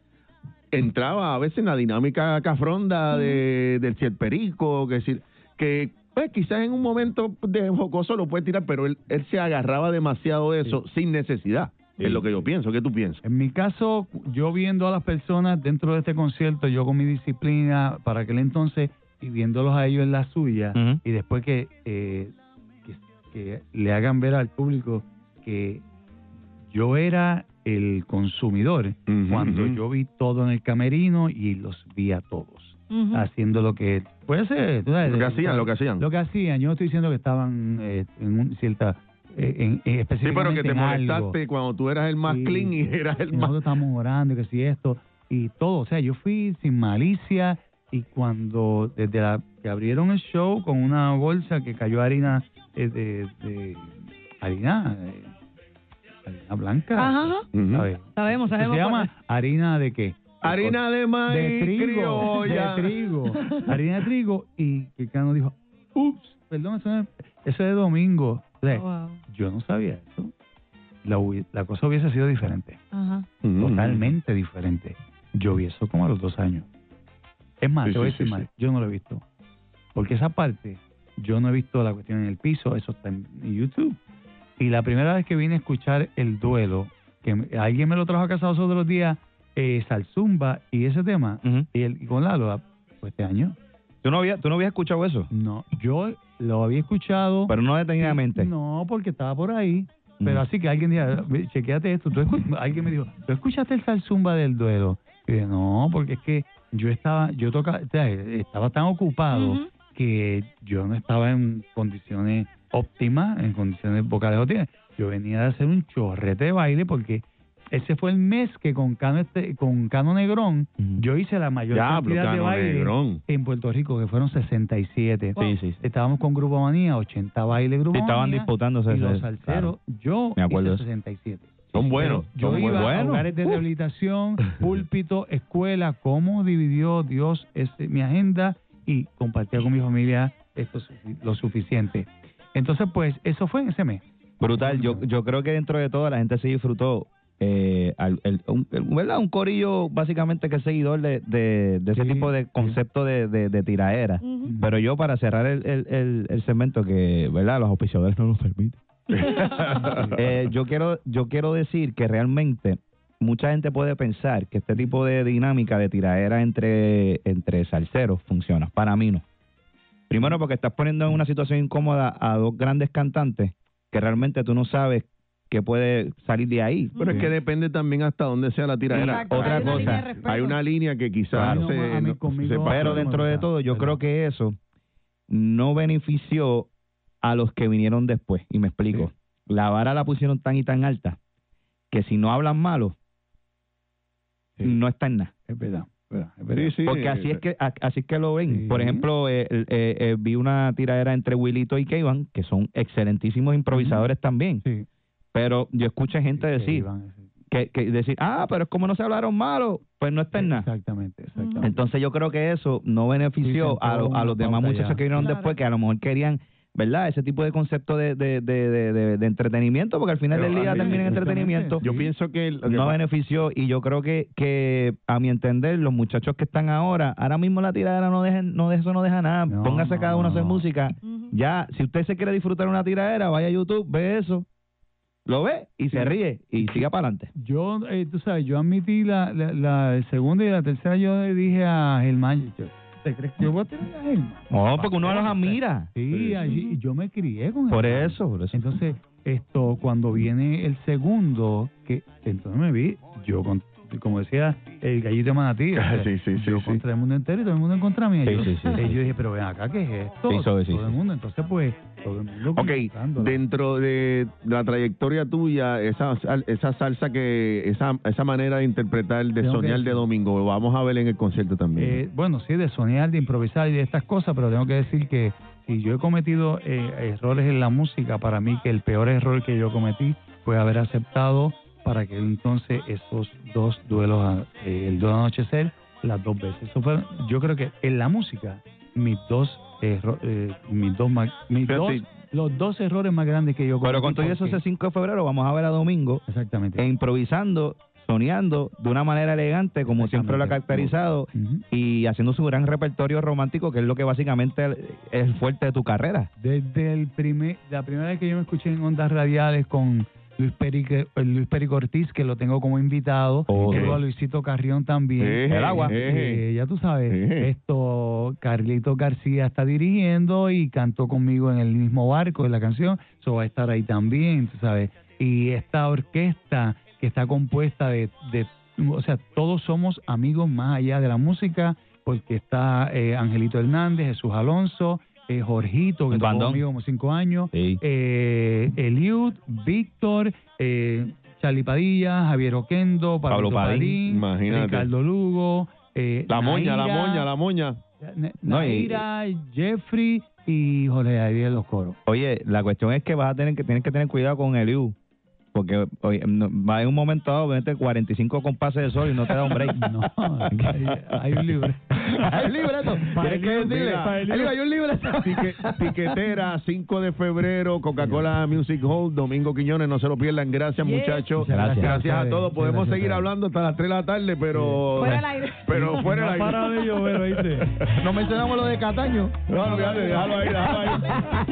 entraba a veces en la dinámica cafronda de, del Ciel Perico, que decir que pues quizás en un momento de jocoso lo puede tirar, pero él, él se agarraba demasiado de eso sin necesidad. Es lo que yo pienso, ¿qué tú piensas? En mi caso, yo viendo a las personas dentro de este concierto, yo con mi disciplina para aquel entonces y viéndolos a ellos en la suya, Ujú. y después que, eh, que, que le hagan ver al público que yo era el consumidor cuando yo vi todo en el camerino y los vi a todos Ujú. haciendo lo que puede ser tú sabes, Lo que hacían, lo que hacían. lo que hacían yo no estoy diciendo que estaban eh, en un cierta eh, en, en- Sí, pero que específicamente te en algo. molestaste cuando tú eras el más Sí. clean y eras el Y más... nosotros estamos orando y que si esto y todo o sea yo fui sin malicia y cuando desde la, que abrieron el show con una bolsa que cayó harina eh, de, de- harina eh, harina blanca pues, Ajá, ajá. ¿sabes? Sabemos, se sabemos. cuál llama es. harina de qué Harina de maíz de trigo, criolla. de trigo, harina de trigo y que Cano dijo, ups, perdón, eso es, eso es de domingo. O sea, Wow. Yo no sabía eso. La, hubi- la cosa hubiese sido diferente, Ajá. Mm. totalmente diferente. Yo vi eso como a los dos años. Es más, Sí, te voy a sí, decir sí, más, sí. yo no lo he visto. Porque esa parte, yo no he visto la cuestión en el piso, eso está en YouTube. Y la primera vez que vine a escuchar el duelo, que me- alguien me lo trajo a casa los otros días, eh, Salzumba y ese tema, y, el, y con Lalo, pues este año. ¿Tú no, habías, ¿Tú no habías escuchado eso? No, yo lo había escuchado. Pero no detenidamente. Mm. No, porque estaba por ahí. Pero así que alguien dijo, chequeate esto. ¿Tú escu- alguien me dijo, ¿tú escuchaste el Salzumba del duelo? Y yo, no, porque es que yo estaba, yo tocaba, estaba tan ocupado que yo no estaba en condiciones óptimas, en condiciones vocales óptimas. Yo venía de hacer un chorrete de baile porque ese fue el mes que con Cano, este, con Cano Negrón yo hice la mayor Diablo, cantidad de Cano baile Negrón. en Puerto Rico, que fueron 67. Sí, sí, sí. Estábamos con Grupo Manía, 80 bailes Grupo Y estaban Manía, disputándose Y los ese- salseros, yo Me acuerdo hice de 67. Son buenos. Yo son iba buenos. a lugares de rehabilitación, púlpito, escuela, cómo dividió Dios ese- mi agenda y compartía con mi familia esto sufi- lo suficiente. Entonces, pues, eso fue en ese mes. Brutal, yo, yo creo que dentro de todo la gente se disfrutó. eh, al- el- un, el- ¿verdad? un corillo básicamente que es seguidor de, de, de ese tipo de concepto de, de, de tiraera. Pero yo para cerrar el, el, el, el segmento que verdad los auspiciadores no nos permiten. eh, yo quiero yo quiero decir que realmente mucha gente puede pensar que este tipo de dinámica de tiraera entre entre salseros funciona. Para mí no. Primero porque estás poniendo en una situación incómoda a dos grandes cantantes que realmente tú no sabes que puede salir de ahí. Pero es que depende también hasta dónde sea la tiradera. Exacto, Otra hay una cosa. línea de respeto. Hay una línea que quizás Claro. se, No, a mí no- conmigo- se pasa. pero dentro de todo, yo creo que eso no benefició a los que vinieron después. Y me explico. La vara la pusieron tan y tan alta que si no hablan malo, no está en nada. Es verdad. ¿verdad? Porque así es que a- así es que lo ven. Por ejemplo, eh, el- eh, eh, vi una tiradera entre Wilito y Kevin, que son excelentísimos improvisadores también. Pero yo escuché gente decir que, que decir, ah, pero es como no se hablaron malo, pues no está en nada. Exactamente, exactamente. Entonces yo creo que eso no benefició Sí, sentó a, lo- a los una demás pauta muchachos ya. que vinieron Claro. después, que a lo mejor querían, ¿verdad? Ese tipo de concepto de, de, de, de, de- de entretenimiento, porque al final Pero, del día ah, sí, termina en justamente, entretenimiento. sí. Yo pienso que el- no benefició y yo creo que, que a mi entender los muchachos que están ahora, ahora mismo la tiradera no dejen, no de eso no deja nada. Póngase cada uno a hacer música. Ya, si usted se quiere disfrutar una tiradera, vaya a YouTube, ve eso, lo ve y se ríe y siga para adelante. Yo, eh, tú sabes, yo admití la, la, la segunda y la tercera, yo le dije a Germán, yo, ¿te crees que yo voy a tener a Germán? No, porque uno los admira. Sí, allí- yo me crié con Por Germán. eso, por eso. Entonces, esto, cuando viene el segundo, que entonces me vi, yo, con- como decía, el gallito de manatí. o sea, Sí, sí, sí, yo sí. contra el mundo entero y todo el mundo en contra mía. Sí, yo, sí, sí, eh, sí. yo dije, pero ven acá, ¿qué es esto? Sí, todo eso, sí, el sí. mundo, entonces pues, todo el mundo. Ok, dentro de la trayectoria tuya, esa sal- esa salsa que esa esa manera de interpretar de Tengo que soñar de decir. domingo, lo vamos a ver en el concierto también. Eh, bueno, sí, de soñar, de improvisar y de estas cosas, pero tengo que decir que si yo he cometido eh, errores en la música, para mí que el peor error que yo cometí fue haber aceptado para que entonces esos dos duelos, eh, el duelo anochecer, las dos veces. Eso fue, yo creo que en la música, mis dos, erro- eh, mis dos, ma- mis Fíjate. dos- los dos errores más grandes que yo cometí. Pero con todo y eso, porque- ese 5 de febrero vamos a ver a Domingo. Exactamente. E improvisando, soñando de una manera elegante, como siempre lo ha caracterizado, y haciendo su gran repertorio romántico, que es lo que básicamente es el fuerte de tu carrera. Desde el primer, la primera vez que yo me escuché en ondas radiales con Luis Perico, eh, Luis Perico Ortiz, que lo tengo como invitado, Oh, tengo a sí. Luisito Carrión también, Eje, El agua. Eh, eje. ya tú sabes, Eje. esto Carlito García está dirigiendo y cantó conmigo en el mismo barco de la canción, eso va a estar ahí también, tú sabes, y esta orquesta que está compuesta de, de o sea, todos somos amigos más allá de la música, porque está eh, Angelito Hernández, Jesús Alonso, eh, Jorgito, que tocó Bandón. conmigo como cinco años, Sí. eh, Eliud, Víctor, eh, Charlie Padilla, Javier Oquendo, Pablo, Pablo Padín, Padín, imagínate. Ricardo Lugo, eh, La moña, la Naira, moña, la moña. Na- No, y- Naira, Jeffrey y Jorge Javier los coros. Oye, la cuestión es que vas a tener que tienes que tener cuidado con el IU. Porque oye, no- va en un momento dado, vete 45 compases de sol y no te da un break. no, hay, un libreto. hay un libreto. Tienes que decirle, "Eliu, hay un libreto. Tique- tiquetera, 5 de febrero, Coca-Cola Music Hall, Domingo Quiñones, no se lo pierdan. Gracias, Yeah. muchachos. Muchas gracias. a todos. Podemos Gracias a seguir ustedes. hablando hasta las 3 de la tarde, pero. Fuera el aire. Pero fuera el aire. de llover, ¿oíste? No mencionamos lo de Cataño. No, no, fíjate, déjalo ahí, déjalo ahí.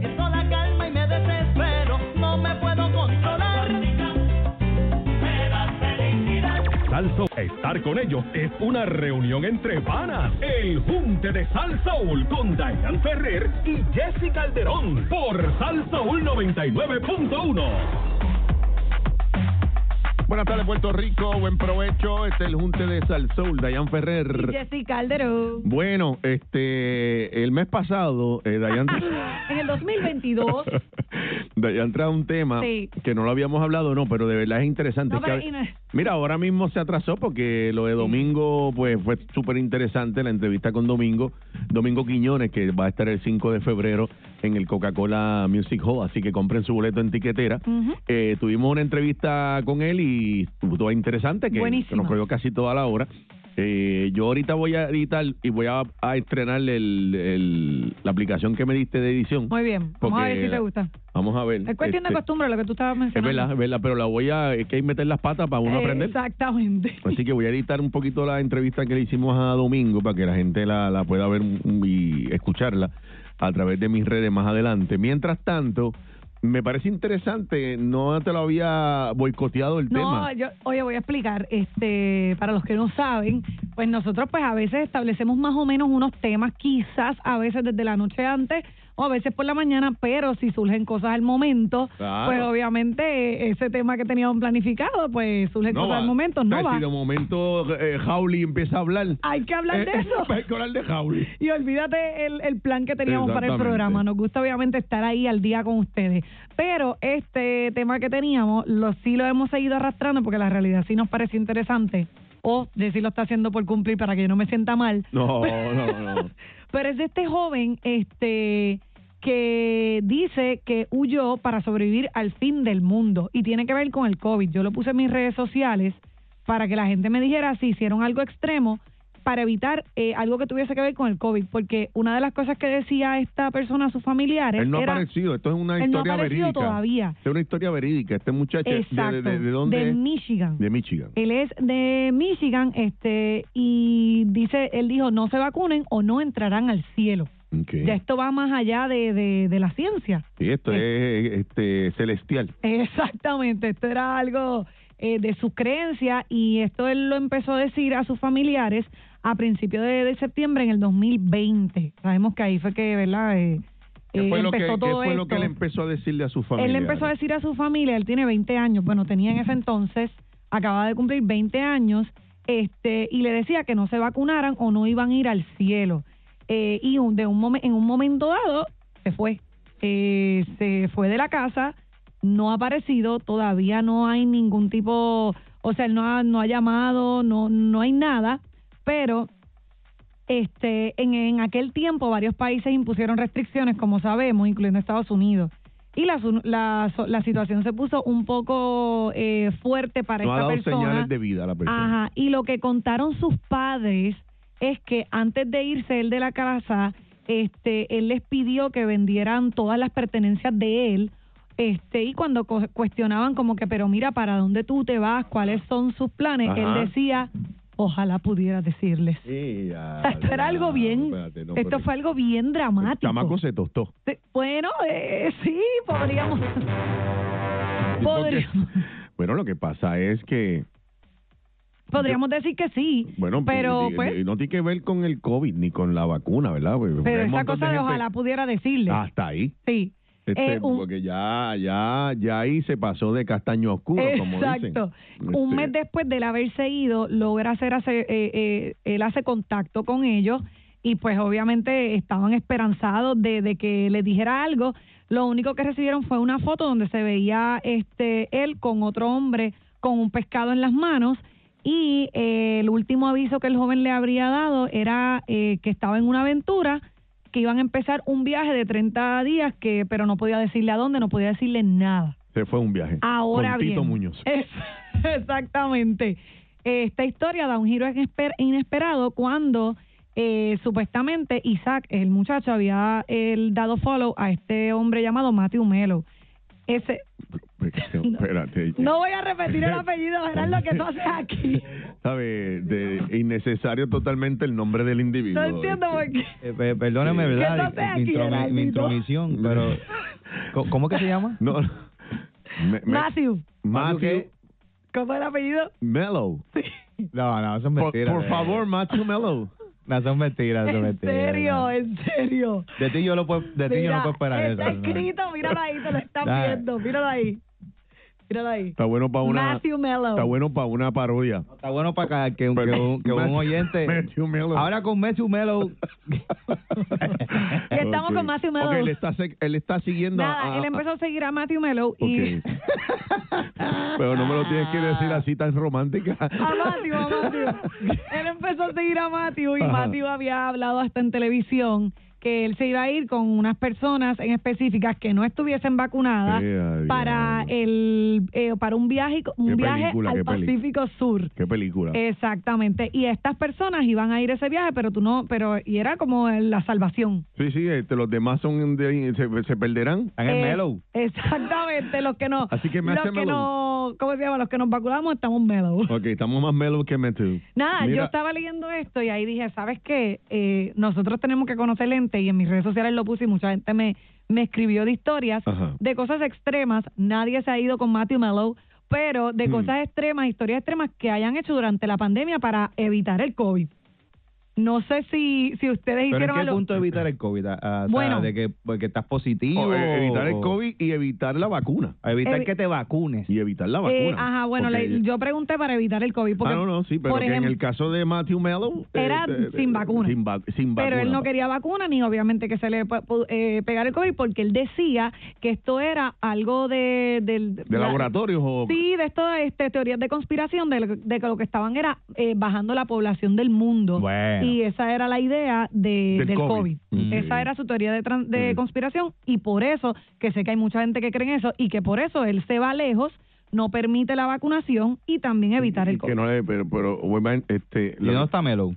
Siento la calma y me desespero, no me puedo controlar. Me das felicidad. Salso, estar con ellos es una reunión entre panas. El Junte de Sal Soul con Diane Ferrer y Jesse Calderón por Sal Soul 99.1. Buenas tardes, Puerto Rico. Buen provecho. Este es el Junte de Sal Soul, Dayan Ferrer. Jessy Calderón. Bueno, este, el mes pasado, eh, Dayan, Ah, En el 2022. Dayan trae un tema Sí. que no lo habíamos hablado, no, pero de verdad es interesante. No, Es que pero a- y no- Mira, ahora mismo se atrasó porque lo de Domingo pues fue súper interesante, la entrevista con Domingo, Domingo Quiñones, que va a estar el 5 de febrero en el Coca-Cola Music Hall, así que compren su boleto en tiquetera. Eh, tuvimos una entrevista con él y estuvo interesante, que, Buenísimo. que nos cogió casi toda la hora. Eh, yo ahorita voy a editar y voy a, a estrenar el- el- la aplicación que me diste de edición. Muy bien. Vamos a ver Porque- si te gusta. Vamos a ver. Es cuestión de este, costumbre Eh, lo que tú estabas Es mencionando. verdad, es verdad, pero la voy a, es que hay que meter las patas para uno aprender. Exactamente. Así que voy a editar un poquito la entrevista que le hicimos a Domingo para que la gente la, la pueda ver y escucharla a través de mis redes más adelante. Mientras tanto, me parece interesante, no te lo había boicoteado el No, tema. yo, oye, voy a explicar, este, para los que no saben, pues nosotros pues a veces establecemos más o menos unos temas, quizás a veces desde la noche antes o a veces por la mañana, pero si surgen cosas al momento, Claro. pues obviamente ese tema que teníamos planificado, pues surgen cosas al momento, no O sea, va. Si de momento eh, Howley empieza a hablar. Hay que hablar de eh, eso. Hay que hablar de Howley. Y olvídate el, el plan que teníamos para el Exactamente. programa. Nos gusta obviamente estar ahí al día con ustedes. Pero este tema que teníamos, lo sí lo hemos seguido arrastrando porque la realidad sí nos parece interesante. O decir lo está haciendo por cumplir para que yo no me sienta mal. No, no, no. Pero es de este joven, este, que dice que huyó para sobrevivir al fin del mundo y tiene que ver con el COVID. Yo lo puse en mis redes sociales para que la gente me dijera si hicieron algo extremo para evitar eh, algo que tuviese que ver con el COVID, porque una de las cosas que decía esta persona a sus familiares Él no era ha aparecido, esto es una Él no ha historia aparecido verídica. todavía. Esto Es una historia verídica, este muchacho es de, Exacto, de, de- de dónde de es? Michigan. De Michigan. Él es de Michigan, este, y dice, él dijo, no se vacunen o no entrarán al cielo. Ok. Ya esto va más allá de, de, de la ciencia. Sí, esto es este, celestial. Exactamente, esto era algo eh, de su creencia y esto él lo empezó a decir a sus familiares a principios de, de septiembre en el 2020. Sabemos que ahí fue que, ¿verdad? Eh, ¿Qué eh, fue, lo que, empezó qué todo fue lo que esto. él empezó a decirle a su familia? Él le empezó a decir a su familia, él tiene 20 años, bueno, tenía en ese entonces, acababa de cumplir 20 años, este, y le decía que no se vacunaran o no iban a ir al cielo. Eh, y un- de un momen- en un momento dado se fue, Eh, se fue de la casa, no ha aparecido, todavía no hay ningún tipo, o sea, él no ha, no ha llamado, no, no hay nada, pero este, en, en aquel tiempo varios países impusieron restricciones, como sabemos, incluyendo Estados Unidos. Y la, su- la, so- la situación se puso un poco eh, fuerte para No ha esta dado persona. señales de vida a la persona. Ajá, y lo que contaron sus padres es que antes de irse él de la casa, este, él les pidió que vendieran todas las pertenencias de él, este, y cuando co- cuestionaban como que, pero mira, ¿para dónde tú te vas? ¿Cuáles son sus planes? Ajá. Él decía, ojalá pudiera decirles. Sí, Ah, ya, Esto era algo bien, espérate, no, esto pero- fue algo bien dramático. Chamaco se tostó. Sí, Bueno, eh, sí, podríamos. podri- Bueno, lo que pasa es que, podríamos decir que sí. bueno, pero ni- pues, ni- no tiene que ver con el COVID ni con la vacuna, ¿verdad? Pues, Porque pero hay un esa montón cosa de, gente- ojalá pudiera decirle. Hasta ahí. sí. Este, Eh, un- Porque ya, ya, ya ahí se pasó de castaño a oscuro, como dicen. Exacto. Un Este, mes después del haberse ido, logra hacer, hace- eh, eh, él hace contacto con ellos y pues obviamente estaban esperanzados de, de que le dijera algo. Lo único que recibieron fue una foto donde se veía este él con otro hombre con un pescado en las manos y eh, el último aviso que el joven le habría dado era eh, que estaba en una aventura que iban a empezar un viaje de 30 días que pero no podía decirle a dónde, no podía decirle nada. Se fue un viaje. Ahora con bien. Tito Muñoz. Es- exactamente. Esta historia da un giro inesper- inesperado cuando eh, supuestamente Isaac, el muchacho, había él dado follow a este hombre llamado Matthew Melo. Ese, Espérate. no voy a repetir el apellido, verás lo que tú haces aquí. ¿Sabe? De, innecesario totalmente el nombre del individuo. No entiendo por qué. Eh, pe- perdóname, Sí. ¿Qué ¿verdad? tú haces aquí, Mi, intromi- mi Geraldito? intromisión, pero... ¿Cómo- ¿Cómo que se llama? No. Me- me- Matthew, Matthew ¿cómo es el apellido? Mellow. No, no, son Por, mentiras. por eh. favor, Matthew Mellow. No, son mentiras, son En mentiras. serio, en serio. De ti yo, lo puedo, de ti yo no Mira, puedo esperar este- está eso. ¿no? escrito, míralo ahí, te lo están Nah. viendo, míralo ahí. Míralo ahí. Está bueno para una. Matthew Mello. Está bueno para una parodia. Está bueno para que, que, un- que un, que un Matthew- oyente... Matthew Mellow. Ahora con Matthew Mellow... Y estamos Ok. con Matthew Mello. Ok, él está, se- él está siguiendo a- Nada, a- él empezó a seguir a Matthew Mello y... Ok. Pero no me lo tienes que decir así tan romántica. A Matthew, a Matthew. Él empezó a seguir a Matthew y Ajá. Matthew había hablado hasta en televisión que él se iba a ir con unas personas en específicas que no estuviesen vacunadas Eh, adiós. para el eh, para un viaje Qué un viaje película, qué al peli. Pacífico Sur. Qué película. Exactamente, y estas personas iban a ir a ese viaje, pero tú no, pero y era como la salvación. Sí, sí, este, los demás son de- se, se perderán. Eh, Exactamente, los que no. Así que me los hace que mellow. no, ¿cómo se llama? Los que nos vacunamos estamos mellow. Ok, estamos más mellow que Matthew. Nada, yo Mira, estaba leyendo esto y ahí dije, ¿sabes qué? Eh, nosotros tenemos que conocer gente y en mis redes sociales lo puse y mucha gente me, me escribió de historias Ajá. de cosas extremas. Nadie se ha ido con Matthew Mellow, pero de Hmm. cosas extremas, historias extremas que hayan hecho durante la pandemia para evitar el COVID. No sé si, si ustedes ¿Pero en hicieron qué algo. punto evitar el COVID? Ah, ah, o sea, Bueno. de que, porque estás positivo. o, eh, evitar el o- COVID y evitar la vacuna. Evitar Evi- que te vacunes. Y evitar la Eh, vacuna. ajá, bueno, Porque- le- yo pregunté para evitar el COVID. Porque, ah, no, no, sí, pero por que en ejemplo- el caso de Matthew Mellow... Era sin vacuna. Sin, va- sin Pero vacuna. él no quería vacuna ni obviamente que se le pu- pu- eh, pegara el COVID porque él decía que esto era algo de... Del, ¿De laboratorios o...? Sí, de esto, este, teorías de conspiración, de, lo- de que lo que estaban era eh, bajando la población del mundo. Bueno, Y esa era la idea de, Del del COVID. COVID. Mm. Esa era su teoría de, tran- de conspiración y por eso, que sé que hay mucha gente que cree en eso y que por eso él se va lejos, no permite la vacunación y también evitar el COVID. Que no le, pero, pero, Weimar, este. ¿Y dónde está Melo?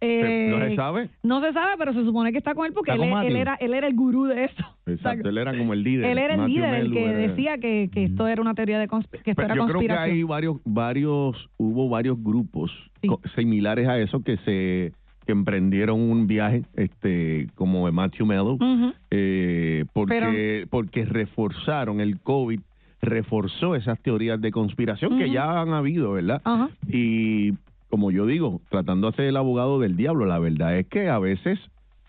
Eh, ¿No se sabe? No se sabe, pero se supone que está con él porque Está él, con él Matthew. era, él era el gurú de esto. Exacto, él era como el líder. Él era el Matthew líder, el Melo que era- decía que, que esto era una teoría de consp- que esto Pero era yo creo que conspiración. hay varios, varios, hubo varios grupos co- similares a eso que se que emprendieron un viaje, este, como de Matthew Mello, Ujú. eh, porque, Pero- porque reforzaron el COVID, reforzó esas teorías de conspiración que Ujú. ya han habido, ¿verdad? Ajá. Y como yo digo, tratando de ser el abogado del diablo, la verdad es que a veces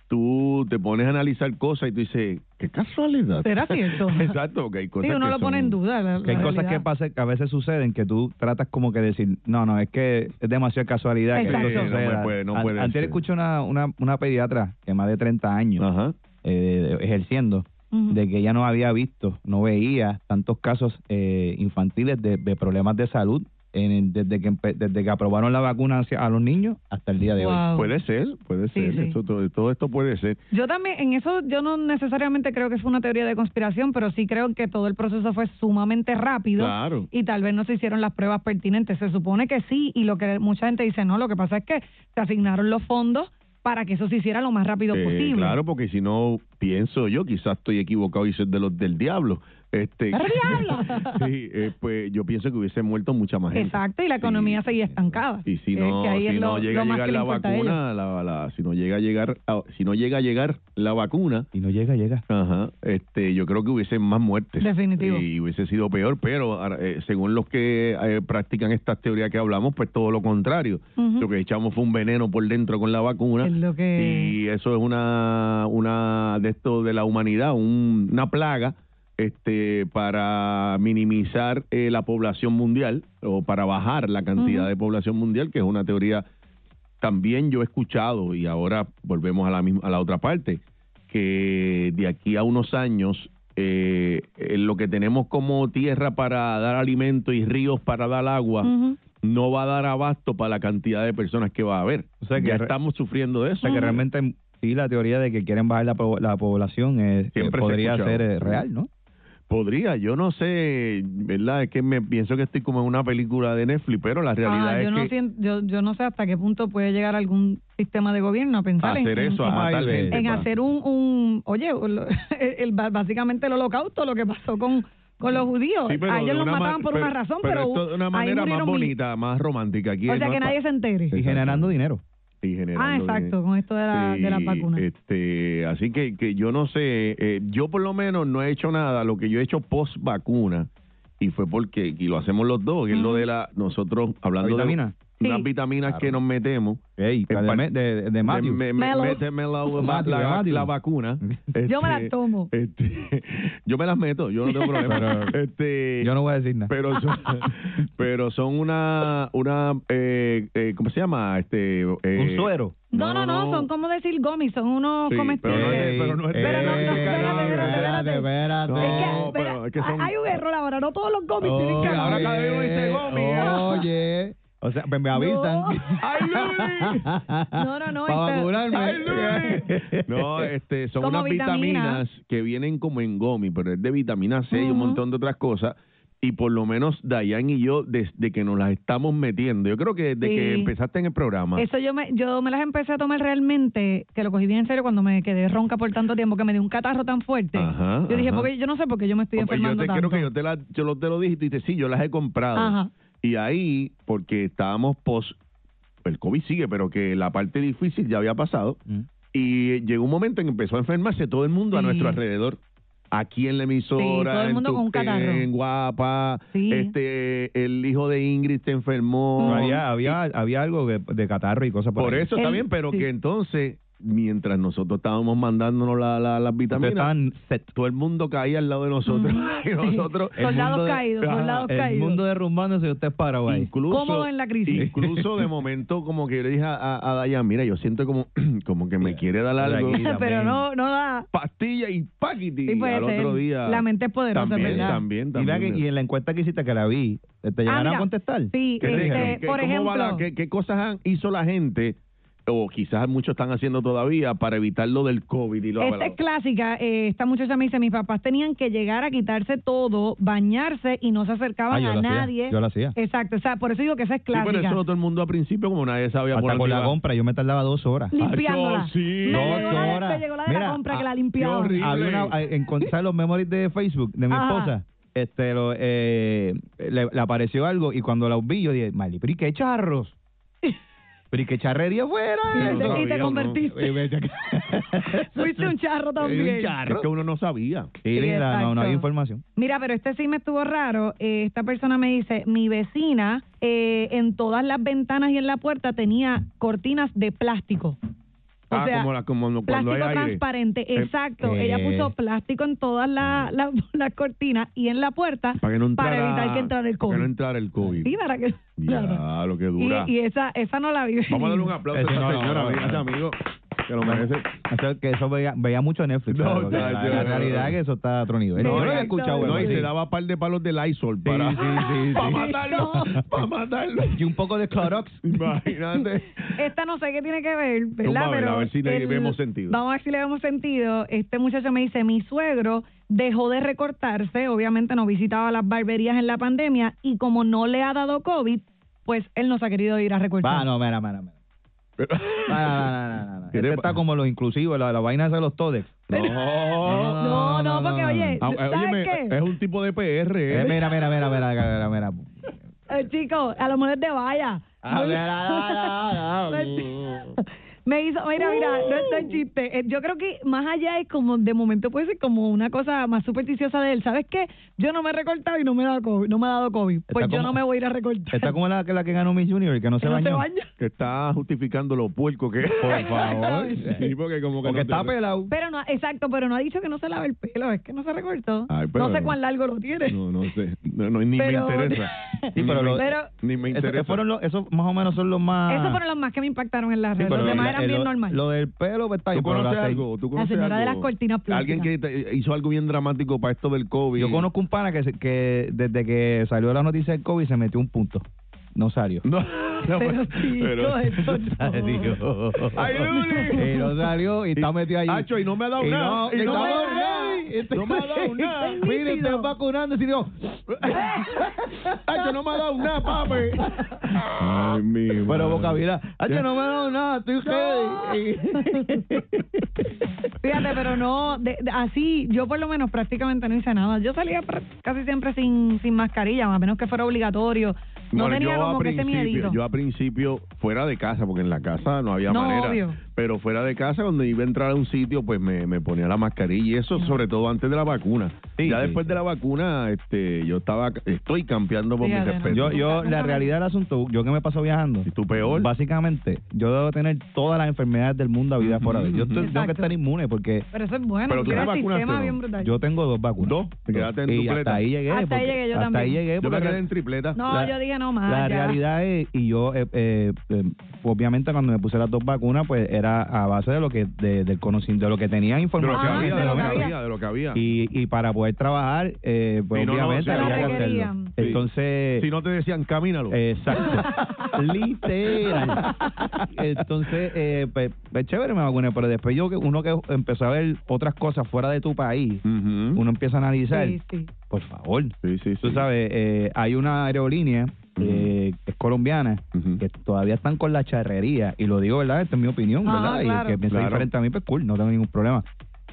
tú te pones a analizar cosas y tú dices, qué casualidad. ¿Será cierto? Exacto, porque hay cosas Sí, uno que lo pone son- en duda. la- Que hay la cosas realidad. que, pasa, que a veces suceden que tú tratas como que decir, no, no, es que es demasiada casualidad Exacto. que esto Sí, no suceda. me puede- no An- puede antier ser. escuché una, una, una pediatra que más de 30 años eh, ejerciendo, Ujú. de que ella no había visto, no veía tantos casos eh, infantiles de, de problemas de salud en el- desde, que empe- desde que aprobaron la vacuna hacia- a los niños hasta el día de hoy. Wow. Puede ser, puede ser. Eso, todo, todo esto puede ser. Yo también, en eso yo no necesariamente creo que fue una teoría de conspiración, pero sí creo que todo el proceso fue sumamente rápido Claro. y tal vez no se hicieron las pruebas pertinentes. Se supone que sí y lo que mucha gente dice, no, lo que pasa es que se asignaron los fondos para que eso se hiciera lo más rápido Eh, posible. Claro, porque si no pienso yo, quizás estoy equivocado y soy de los del diablo. Este, sí, eh, pues yo pienso que hubiese muerto mucha más gente. Exacto, y la economía seguía estancada. Y si Que- no, que ahí es si lo- no llega lo a más llegar que le la importa a vacuna, la, la- si no llega a llegar, a- si no llega a llegar la vacuna, y no llega, llega. Ajá, este, yo creo que hubiesen más muertes. Definitivo. Y hubiese sido peor, pero ahora, eh, según los que eh, practican estas teorías que hablamos, pues todo lo contrario. Ujú. Lo que echamos fue un veneno por dentro con la vacuna. Es lo que- Y eso es una, una de esto de la humanidad, un- una plaga este para minimizar eh, la población mundial o para bajar la cantidad de población mundial, que es una teoría también yo he escuchado y ahora volvemos a la misma, a la otra parte que de aquí a unos años eh, eh, lo que tenemos como tierra para dar alimento y ríos para dar agua no va a dar abasto para la cantidad de personas que va a haber. O sea que ya re- estamos sufriendo de eso. O sea que realmente sí la teoría de que quieren bajar la, po- la población eh, eh, Siempre se podría escucha. ser eh, real, ¿no? Podría, yo no sé, ¿verdad? Es que me pienso que estoy como en una película de Netflix, pero la realidad Ah, es yo, no que siento- yo, yo no sé hasta qué punto puede llegar algún sistema de gobierno a pensar en- Hacer en, eso, en- a matar en gente, pa. hacer un, un oye, lo- el- el- básicamente el holocausto, lo que pasó con, con los judíos. Sí, pero a ellos de los una mataban ma- por una razón, pero, esto de una ahí manera más murieron mil. bonita, más romántica. Aquí O no sea, que es pa- nadie se entere. Y generando dinero. Y generando Ah, dinero. exacto, con esto de la, de las Sí, vacunas. Este, así que, que yo no sé, eh, yo por lo menos no he hecho nada, lo que yo he hecho post vacuna y fue porque y lo hacemos los dos, que es lo de la nosotros hablando ¿La vitamina? de unas Sí. vitaminas que nos metemos. la de me- de- de Matthew. me- me- Mellow. méteme la, la- Matthew, la- de Matthew. la vacuna. yo me Este, la tomo. este, yo me las meto, yo no tengo problema. este, yo no voy a decir nada. Pero son, pero son una, una eh, eh, ¿cómo se llama? Este, Un suero. No, no, no, son como decir gomis, son unos Sí, pero no comestibles. es- pero no es- Pero no, no, Ey, espérate, espérate, espérate. espérate. Es que, pero es que espera, son- Hay un error ahora, no todos los gomis tienen que Oye, Oye. O sea, pues me, me avisan. ¡Ay, Luis! No, no, no. Para esta- vacunarme. No, este, Este, son Como unas vitaminas. que vienen como en gomi, pero es de vitamina C y un montón de otras cosas. Y por lo menos Dayan y yo, desde que nos las estamos metiendo, yo creo que desde Sí. Este, que empezaste en el programa, Eso yo me, yo me las empecé a tomar realmente, que lo cogí bien en serio cuando me quedé ronca por tanto tiempo, que me dio un catarro tan fuerte. Ajá, yo dije, ajá. porque yo no sé por qué yo me estoy Pues yo enfermando te creo tanto. que yo te, la, yo lo- te lo dije y tú dices, sí, yo las he comprado. Ajá. Y ahí, porque estábamos post, el COVID sigue, pero que la parte difícil ya había pasado. Y llegó un momento en que empezó a enfermarse todo el mundo a Mm. Sí. nuestro alrededor. Aquí en la emisora, Sí, todo el en mundo con un Tuxtepec, catarro. en Guapa, Sí. Mm. este, el hijo de Ingrid se enfermó. No, había, había, había algo de, de catarro y cosas por, Por ahí. eso está bien, pero que entonces, mientras nosotros estábamos mandándonos la- la- las vitaminas, todo el mundo caía al lado de nosotros. Mm. y nosotros El Soldados mundo de- caídos, Ajá, soldados el caídos. mundo derrumbándose y usted es Paraguay. Incluso, Cómodo en la crisis. Incluso de momento, como que yo le dije a, a, a Dayan, mira, yo siento como, como que me quiere dar algo. Pero no, no da. Pastilla y paquiti. Sí, puede al ser. otro día. La mente es poderosa, También, ¿verdad? también, Y también. vea que- y en la encuesta que hiciste, que la vi, ¿te Ah, llegaron mira. a contestar? Sí, ¿Qué te este, dijeron? ¿Qué- por cómo va la- ejemplo. qué, qué cosas han- hizo la gente o quizás muchos están haciendo todavía para evitar lo del COVID y lo Esta es clásica. eh, esta muchacha me dice, mis papás tenían que llegar a quitarse todo, bañarse y no se acercaban Ah, yo a lo hacía, nadie. yo lo hacía. Exacto. O sea, por eso digo que esa es Sí, pero clásica. eso todo el mundo al principio, como nadie sabía Hasta por con dónde la iba. compra, yo me tardaba dos horas. Limpiándola. Ay, yo sí. Me Dos llegó la de- horas. me llegó la de la compra ah, que la limpiaba. Había una, eh, eh, a- encontré los memories de Facebook de mi Ajá. esposa. Este, lo, eh, le, le apareció algo y cuando la vi, yo dije, Mali, pero ¿y qué charros? ¿Pero y qué charrería fuera? Y te- y te convertiste. Fuiste un charro también. que uno no sabía. Sí, Sí, mira, no, no exacto. hay información. Mira, pero este sí me estuvo raro. Eh, esta persona me dice, mi vecina eh, en todas las ventanas y en la puerta tenía cortinas de plástico. O Ah, sea, como, la, como cuando plástico hay aire. transparente, Eh, exacto. eh. Ella puso plástico en todas la- la- las cortinas y en la puerta Para que no entrara, para evitar que entrara el para COVID. que no entrara el COVID. Sí, para que... Ya, lo que dura. Y, y esa, esa no la vive. Vamos a darle un aplauso Ese a esta no, no, señora, no, a este no. amigo. Que lo No. merece. Eso, que eso veía, veía mucho Netflix. No, claro, que no, la, no, la no, realidad no. es que eso está a otro nivel. No, Yo lo había y- escuchado, no, y algo se así. daba par de palos de Lysol para, para matarlo. Para matarlo. Y un poco de Clorox. Imagínate. Esta no sé qué tiene que ver, ¿verdad? Vamos a ver, Pero a ver si le vemos sentido. Vamos a ver si le vemos sentido. Este muchacho me dice, mi suegro dejó de recortarse, obviamente no visitaba las barberías en la pandemia y como no le ha dado COVID, pues él nos ha querido ir a recortar. Va, no, mira, mira, mira. Ah, no, no, no, no, no. Este está como los inclusivos, la, la vaina de los Todex. No, No, no, porque, oye, Ah, eh, ¿sabes óyeme, qué? es un tipo de PR. Eh, mira, mira, mira, mira, mira, mira, mira. Eh, chicos, a lo mejor es de valla. Ah, mira, mira, mira, mira. Me hizo, mira, mira, no es Uh. tan chiste. Eh, Yo creo que más allá es como, de momento puede ser como una cosa más supersticiosa de él. ¿Sabes qué? Yo no me he recortado y no me, he dado COVID, no me ha dado COVID. Pues Está yo como- no me voy a ir a recortar. Está como la, que- la que ganó Miss Junior, que no se Que no se bañó. bañó. Que está justificando lo puerco que es. Por favor. Sí, porque como Porque que no te- está pelado. Pero no, exacto, pero no ha dicho que no se lave el pelo, es que no se recortó. Ay, pero- no sé cuán largo lo tiene. No, no sé. No, no, ni Pero- me interesa. Sí, Ni pero me- lo- Pero- ni me Eso, interesa. esos fueron los, esos más o menos son los más... Esos fueron los más que me impactaron en la Sí, red. pero los el- demás eran el- bien normales. Lo del pelo, pues, está ¿Tú bien, pero conoces la- algo? ¿Tú La conoces señora de algo? las cortinas plásticas. Alguien que te- eh, hizo algo bien dramático para esto del COVID. Yo conozco un pana que, se- que desde que salió la noticia del COVID se metió un punto. No salió. No, no, Pero, chico, eh, eso no. salió. Ay, Luli. Y no salió y está metido ahí. Hacho, y no me este ha dado Y nada. no- y no me ha dado nada. No me ha dado nada. Mire, está vacunando y dijo... Hacho, no me ha dado nada, papi. Ay, mi Pero madre. boca vida. Hacho, no me ha dado nada. Estoy Fíjate, pero no, de- de- así, yo por lo menos prácticamente no hice nada. Yo salía pra- casi siempre sin, sin mascarilla, a menos que fuera obligatorio. No Bueno, tenía yo como a que ese miedito. principio, yo a principio fuera de casa, porque en la casa no había No, manera. obvio. Pero fuera de casa, cuando iba a entrar a un sitio, pues me, me ponía la mascarilla y eso, sobre todo antes de la vacuna. ya sí, después de la vacuna, este, yo estaba, estoy campeando por Fíjate, mis no. respetos. Yo, yo, la realidad del asunto, yo que me paso viajando. Y tú peor. Básicamente, yo debo tener todas las enfermedades del mundo a vida fuera de. Yo te- tengo que Exacto. estar inmune porque Pero eso es bueno, Pero tú porque era te el vacunaste, sistema ¿no? bien brutal. yo tengo dos vacunas. Dos, te quedaste en y tripleta. hasta ahí llegué. Hasta ahí porque- llegué yo hasta también. ahí llegué, Yo me porque quedé en tripleta. no, la- yo dije no más. la ya. realidad es, y yo, eh, eh, eh, obviamente, cuando me puse las dos vacunas, pues era a base de lo que de, del conocimiento, de lo que tenía de lo que información. había, de Ah, de lo lo que que había, de lo que había. y, y para poder trabajar, eh, pues Sí, no, no, obviamente sí, había la que hacerlo. requerían. Sí. Entonces, Si no te decían, camínalo. Exacto. Literal. Entonces, eh, pues, pues chévere me vacuné, pero después yo que uno que empezó a ver otras cosas fuera de tu país, Ujú. uno empieza a analizar, Sí, sí. por favor, Sí, sí, tú sí. sabes, eh, hay una aerolínea eh, que es colombiana Ujú. que todavía están con la charrería, y lo digo, ¿verdad? Esta es mi opinión, Ajá, ¿verdad? Y el Ah, claro. que piensa Claro. diferente a mí, pues cool, no tengo ningún problema.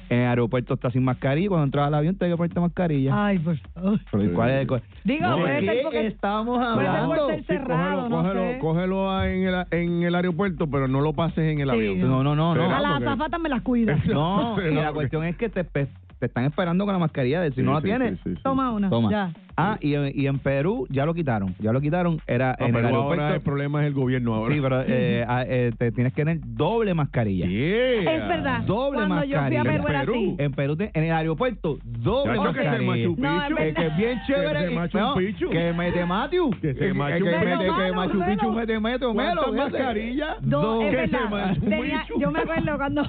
En el aeropuerto está sin mascarilla, y cuando entras al avión tienes que ponerte mascarilla. Ay, por favor. Pero, ¿y ¿Cuál es el co- Digo, ¿De puede qué ser porque- estamos puede ser hablando? por ser Sí, cerrado, cógelo, no cógelo, sé. cógelo a- en, el, en el aeropuerto, pero no lo pases en el Sí. avión. No, no, no, no. A las porque- azafatas me las cuida. No, Pero- y la cuestión es que te, pe- te están esperando con la mascarilla. De, si Sí, no la sí, tienes, sí, sí, sí. Toma una. toma. Ya. Ah, y, en- y en Perú ya lo quitaron. Ya lo quitaron. Era No, en el pero aeropuerto. ahora el problema es el gobierno ahora. Sí, pero eh, ah, eh, te tienes que tener doble mascarilla. Yeah. Es verdad. Doble Cuando yo fui a mascarilla. Perú era Perú. así. En Perú, te- en el aeropuerto, Ya, doble eso que se mascarilla. Machu Picchu. No, es Que, que es bien chévere. Que se y- Machu no, Picchu. que me te Matthew. Que se Eh, que, Machu me Picchu. te- que Melo, Machu melo. Picchu me te mete, melo. ¿Cuántas mascarillas? No, es Que se verdad. Machu Tenía- Picchu. yo me acuerdo cuando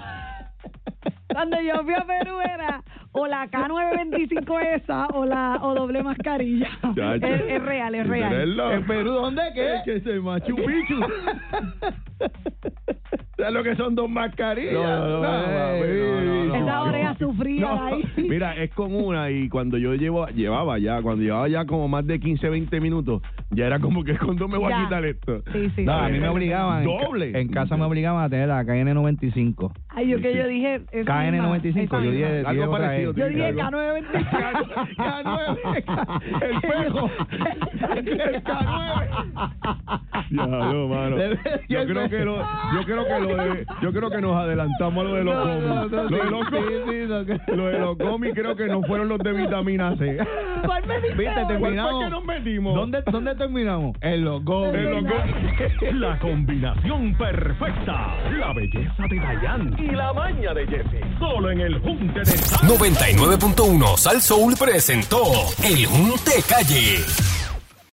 cuando yo fui a Perú era o la K925 esa o la o doble mascarilla. Es, es real, es real. ¿En ¿En Perú dónde? ¿Qué? Que se Machu Picchu. ¿Sabes lo que son dos mascarillas? No, no, no, mami, no, no, Esa no. oreja sufrida No, ahí. Mira, es con una y cuando yo llevo, llevaba ya, cuando llevaba ya como más de 15, 20 minutos, ya era como que cuando me voy Ya. a quitar esto. Sí, sí. No, a mí me obligaban. en ca- Doble. En, casa me obligaban a tener la KN95. Ay, yo que yo dije. esa misma, KN95, yo esa dije. misma. dije otra vez. Yo dije K925. El perro. El Diablo, mano. Yo creo que lo, yo creo que lo de- yo creo que nos adelantamos a lo de los No, no, gomis. no, lo, de sí, los sí, sí, no, gomis que- lo de los gomis creo que no fueron los de vitamina C. ¿Cuál me diste Viste, hoy? terminamos. ¿Por qué nos metimos? ¿Dónde, ¿Dónde terminamos? En los goles. En los gomis. La combinación perfecta. La belleza de Dayan y la maña de Jesse. Solo en el Junte de Sal. 99.1 Sal Soul presentó El Junte Calle.